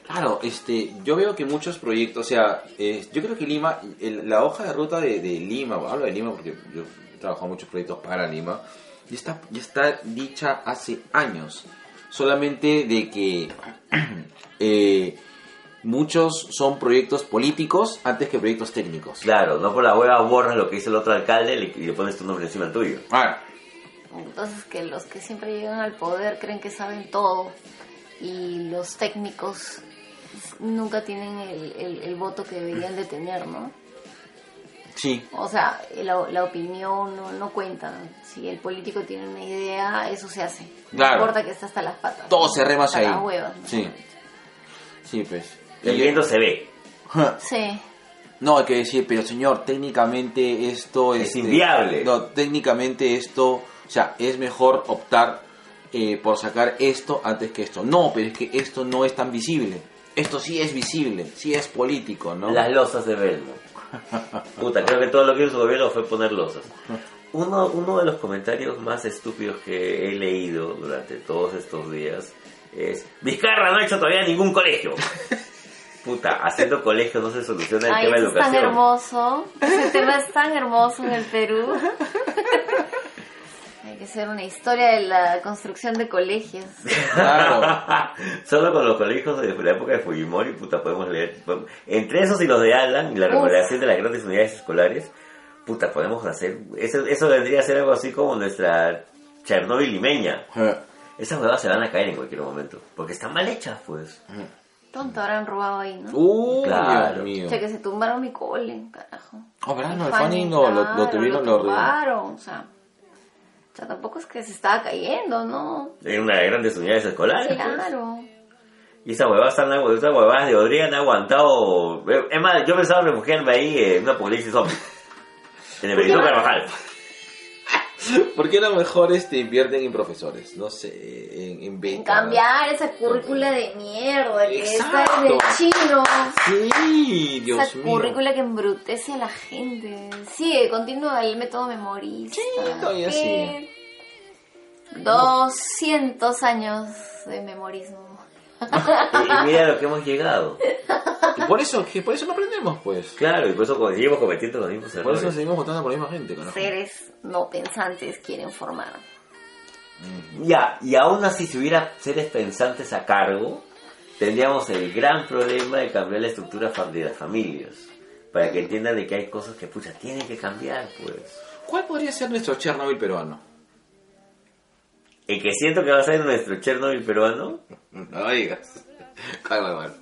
A: Claro, este, yo veo que muchos proyectos, o sea, eh, yo creo que Lima, el- la hoja de ruta de, de Lima, hablo de Lima porque yo he trabajado en muchos proyectos para Lima, y está, ya está dicha hace años, solamente de que (clears throat) eh, muchos son proyectos políticos antes que proyectos técnicos.
B: Claro, no por la hueva borras lo que hizo el otro alcalde y le- y le pones tu nombre encima al tuyo.
A: Ahora,
C: Entonces que los que siempre llegan al poder creen que saben todo y los técnicos nunca tienen el, el- el voto que deberían de tener, ¿no?
A: sí,
C: O sea, la, la opinión no, no cuenta. Si el político tiene una idea, eso se hace.
A: Claro.
C: No importa que esté hasta las patas.
A: Todo se rema
C: Hasta
A: ahí.
C: las huevas, ¿no?
A: Sí. sí, pues.
B: El
A: Y-
B: viento se ve.
C: Sí.
A: No, hay que decir, pero señor, técnicamente esto
B: Es
A: este,
B: inviable.
A: No, técnicamente esto, o sea, es mejor optar eh, por sacar esto antes que esto. No, pero es que esto no es tan visible. Esto sí es visible, sí es político, ¿no? (laughs)
B: Las losas de Belmo. Puta, creo que todo lo que hizo su gobierno fue poner losas. Uno, uno de los comentarios más estúpidos que he leído durante todos estos días es Vizcarra no ha hecho todavía ningún (laughs) colegio. Puta, haciendo colegio no se soluciona el
C: Ay,
B: tema de
C: eso es tan
B: educación.
C: hermoso. Ese tema es tan hermoso en el Perú. (laughs) Hay que hacer una historia de la construcción de colegios.
B: (laughs)
A: Claro.
B: Solo con los colegios de la época de Fujimori, puta, podemos leer. podemos- Entre esos y los de Alan, y la
C: Uf.
B: remodelación de las grandes unidades escolares, puta, podemos hacer. Eso, eso vendría a ser algo así como nuestra Chernobyl limeña.
A: Eh,
B: Esas huevas se van a caer en cualquier momento, porque están mal hechas, pues.
C: Tonto habrán robado ahí, ¿no?
A: Uh,
B: Claro.
A: Dios mío.
C: O sea, que se tumbaron mi cole, carajo.
A: Ah, ¿verdad?
C: Mi
A: No, el
C: Fanny,
A: Fanny no, lo- lo
C: claro,
A: tuvieron, lo
C: lo
A: re-
C: tumbaron, o sea. O sea, tampoco es que se estaba cayendo, ¿no?
B: En una de grandes unidades escolares. pues.
C: Claro.
B: Y esas huevas, han, agu- esas huevas de Odría han aguantado. eh, Es más, yo pensaba refugiarme ahí en una apocalipsis zombie. En el
C: Pues
B: Benito Carvajal.
A: (laughs) ¿Por qué no mejor este, invierten en profesores? No sé, en, en
C: En
A: becas.
C: cambiar esa currícula de mierda que está en
A: Exacto.
C: el chino.
A: Sí, Dios
C: Esa
A: mío.
C: currícula que embrutece a la gente. Sigue, continúa el método memorista.
A: Sí, todavía
C: Que-
A: sigue.
C: 200 años de memorismo.
B: Y- y mira lo que hemos llegado.
A: Y por eso, que por eso no aprendemos, pues.
B: Claro, y por eso seguimos cometiendo los mismos
A: Por
B: errores.
A: eso seguimos votando por la misma gente, carajo.
C: Seres no pensantes quieren formar.
B: Ya, y aún así, si hubiera seres pensantes a cargo, tendríamos el gran problema de cambiar la estructura fam- de las familias. Para que entiendan de que hay cosas que, pucha, tienen que cambiar, pues.
A: ¿Cuál podría ser nuestro Chernobyl peruano?
B: El que siento que va a ser nuestro Chernobyl peruano,
A: No digas. Calma, calma.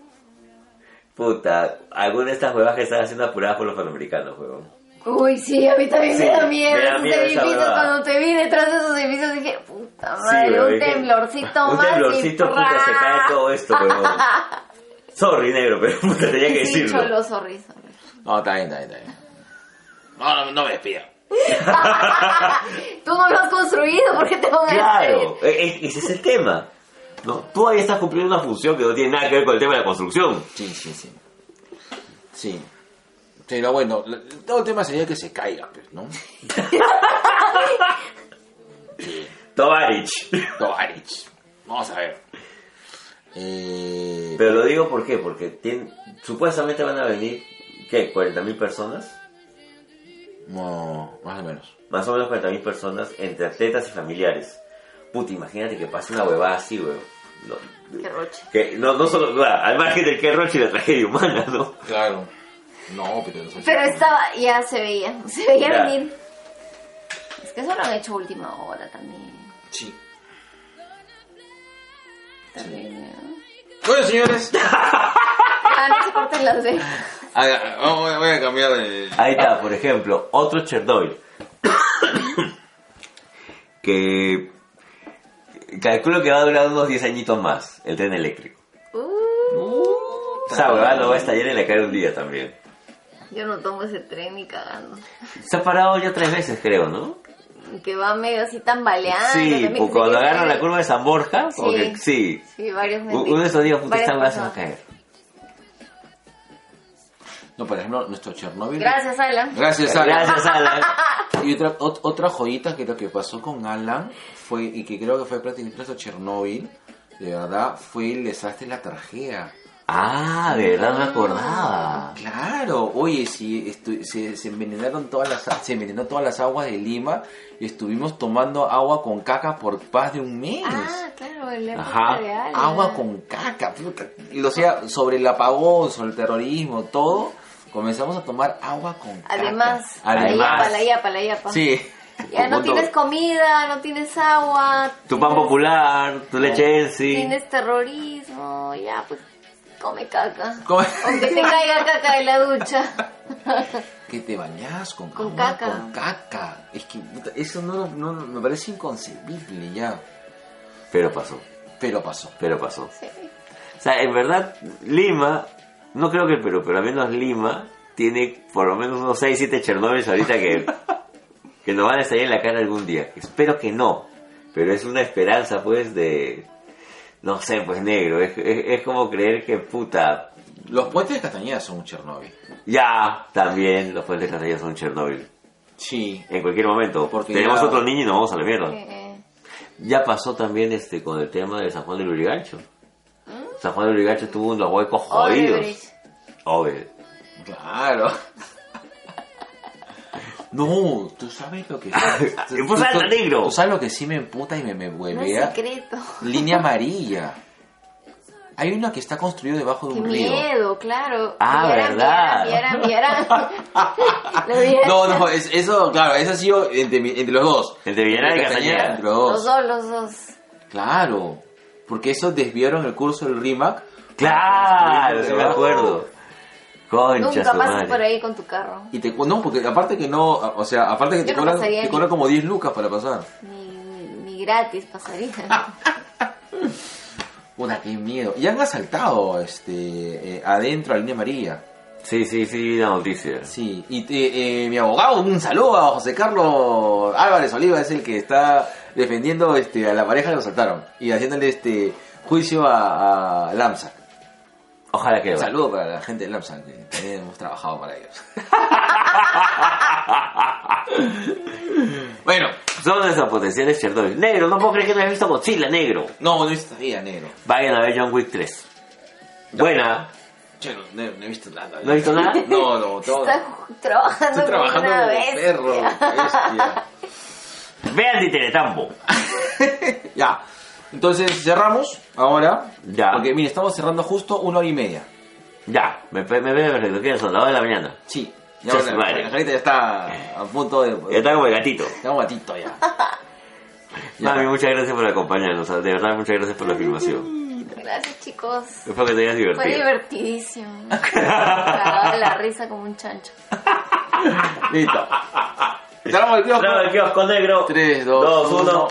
B: puta, alguna de estas huevas que están haciendo apuradas por los panamericanos, huevón.
C: Uy, sí, a mí también
B: Sí,
C: me da miedo
B: me da
C: esos
B: miedo esa
C: edificios.
B: huevada.
C: Cuando te vi detrás de esos edificios dije, puta
B: Sí,
C: madre,
B: huevón,
C: un
B: dije,
C: temblorcito
B: Un
C: más. y
B: temblorcito, puta, se
C: ¡pra!
B: cae todo esto,
C: (laughs)
B: huevón. Sorry, negro, pero puta, tenía que
C: Sí,
B: decirlo.
C: cholo, sorry, sorry.
A: No, está bien, está bien, está bien. No, no, no me despido.
C: Tú no lo has construido, ¿por qué te van a (laughs)
B: Claro, e- e- ese es el tema. No, tú ahí estás cumpliendo una función que no tiene nada que ver con el tema de la construcción.
A: Sí, sí, sí. Sí. Pero bueno, lo- todo el tema sería que se caiga, pues, (laughs) ¿no?
C: (laughs)
B: Tovarich.
A: Tovarich. Vamos a ver. Eh,
B: Pero lo digo por qué, porque tien- supuestamente van a venir, ¿qué? ¿40.000 personas?
A: no, más o menos.
B: Más o menos 40.000 personas entre atletas y familiares. Puta, imagínate que pase una huevada así, weón. No,
C: Qué roche.
B: que, no, no solo, va, al margen del que roche y la tragedia humana, ¿no?
A: Claro. No, pero no sé.
C: Pero estaba, ya se veía, (laughs) se veía
B: Ya.
C: venir. Es que eso lo han hecho a última hora también.
A: Sí.
C: También, ¿no?
A: Bueno, (laughs) señores.
C: Ah, no se corten
B: (laughs)
C: las venas.
A: a ver, voy a- voy a cambiar de...
B: Ahí está, por ejemplo, otro Chernobyl. (coughs) que calculo que va a durar unos 10 añitos más, el tren eléctrico.
C: Uh,
B: Esa huevada no va a estallar en la cara un día también.
C: yo no tomo ese tren ni cagando.
B: Se ha parado ya tres veces, creo, ¿no?
C: Que va medio así tambaleando.
B: sí,
C: también que
B: porque
C: se
B: cuando
C: quiere
B: agarran
C: caer.
B: la curva de San Borja,
C: Sí.
B: porque sí.
C: Sí, varios
B: U-
C: mentiras.
B: Uno de esos días, puta,
C: Varias
B: esta huevada se va a
C: cosas.
B: caer.
A: No, por ejemplo, nuestro Chernobyl...
C: Gracias, Alan.
A: Gracias, Alan.
B: Gracias, Alan.
C: (laughs)
A: Y otra, ot- otra joyita que lo que pasó con Alan fue, y que creo que fue prácticamente nuestro Chernobyl, de verdad, fue el desastre de la tragedia.
B: Ah, de verdad no me acordaba.
A: Claro, oye, si estu- se, se envenenaron todas las a- se envenenó todas las aguas de Lima y estuvimos tomando agua con caca por más de un mes.
C: Ah, claro, el
B: Pues, Ajá.
C: real.
A: agua
C: ah.
A: con caca, puta. Y, O sea, sobre el apagón, sobre el terrorismo, todo, comenzamos a tomar agua con caca.
C: Además,
A: además.
C: la yapa, la yapa, la yapa.
A: Sí.
C: Ya no
A: Como
C: tienes
A: todo.
C: comida, no tienes agua.
B: Tu pan
C: tienes-
B: popular, tu leche en sí.
C: Tienes terrorismo, ya, pues come caca.
A: Come-
C: Aunque te caiga caca de la ducha.
A: que te bañas con,
C: Con
A: agua
C: caca.
A: con caca. Es que puta, eso no, no- me parece inconcebible ya,
B: Pero pasó,
A: pero pasó.
B: pero pasó.
C: Sí.
B: O sea, en verdad, Lima, no creo que el Perú, pero al menos Lima tiene por lo menos unos 6, 7 Chernobyls ahorita que, que nos van a estallar en la cara algún día. Espero que no, pero es una esperanza, pues, de. No sé, pues, negro. Es, es- es como creer que puta.
A: Los puentes de Castañeda son un Chernobyl.
B: Ya, también los puentes de Castañeda son Chernobyl.
A: Sí.
B: En cualquier momento.
A: Porque
B: Tenemos
A: ya-
B: otro niño y nos vamos a la mierda.
C: Eh,
B: Ya pasó también este con el tema de San Juan del Urigancho. San Juan del Urigancho tuvo unos huecos jodidos.
C: Odebrecht.
B: Obvio. (laughs)
A: Claro. No, tú sabes lo que. tú-
B: ¡Pues
A: tú-
B: alta,
A: tú-
B: negro!
A: Tú sabes lo que sí me emputa y me, me
C: No es
A: huevea.
C: secreto.
A: Línea amarilla. Hay una que está construida debajo de
C: Qué
A: un río.
C: miedo, claro.
B: Ah, ¿verdad?
C: Vieran, vieran, vieran. Lo vieran.
A: No, no, es- eso, claro, eso ha sido entre, mi- entre los dos.
B: El de Villarán y
A: Entre
B: Castañeda.
A: los dos.
C: Los dos, los dos.
A: Claro. Porque eso desviaron el curso del RIMAC.
B: Claro, sí me acuerdo. Concha
C: Nunca
B: su
C: pases
B: madre.
C: por ahí con tu carro.
A: Y te, cu- no, porque aparte que no, o sea, aparte que
C: Yo
A: te
C: no
A: cobran,
C: pasaría
A: te
C: ni-
A: cobran como 10 lucas para pasar.
C: Ni, ni, ni gratis pasaría.
A: Puta, qué miedo. Y han asaltado este eh, adentro a Línea Amarilla.
B: Sí, sí, sí, vi la noticia.
A: Sí. Y te- eh, mi abogado, un saludo a José Carlos Álvarez Oliva, es el que está defendiendo este, a la pareja que lo asaltaron y haciéndole este juicio a, a Lamsa.
B: Ojalá que
A: Un
B: vaya.
A: saludo para la gente de Lamsa, que también hemos trabajado para
B: (laughs)
A: ellos. bueno,
B: Son esos potenciales Chernobyl. Negro, no puedo creer que no hayas visto Godzilla, negro.
A: no, no he visto todavía, negro.
B: Vayan a ver John Wick 3. Buena.
A: Che, no, no he- no he visto nada.
B: ¿No has visto nada?
A: No, no, todo.
C: Estás trabajando,
A: Estoy trabajando
C: como una
A: como
C: bestia.
A: perro. bestia.
B: Vean de Teletambo. (laughs)
A: ya. Entonces cerramos ahora.
B: Ya.
A: Porque mire, estamos cerrando justo una hora y media.
B: Ya, me me me perfecto. ¿Qué son? Las 2 de la mañana.
A: Sí. Ya
B: Ya
A: la,
B: se
A: la
B: vale.
A: carita ya está a punto de.
B: Ya está como el gatito.
A: Ya un gatito
B: (laughs)
A: ya. Ya.
B: Mami, muchas gracias por acompañarnos. De verdad, muchas gracias por la filmación.
C: Gracias, chicos.
B: Espero que te hayas
C: Fue
B: divertido.
C: divertidísimo. Cagaba de la risa como un chancho.
A: Listo. Cerramos el kiosco.
B: Claro, el kiosco negro.
A: 3, 2,
B: Dos, uno.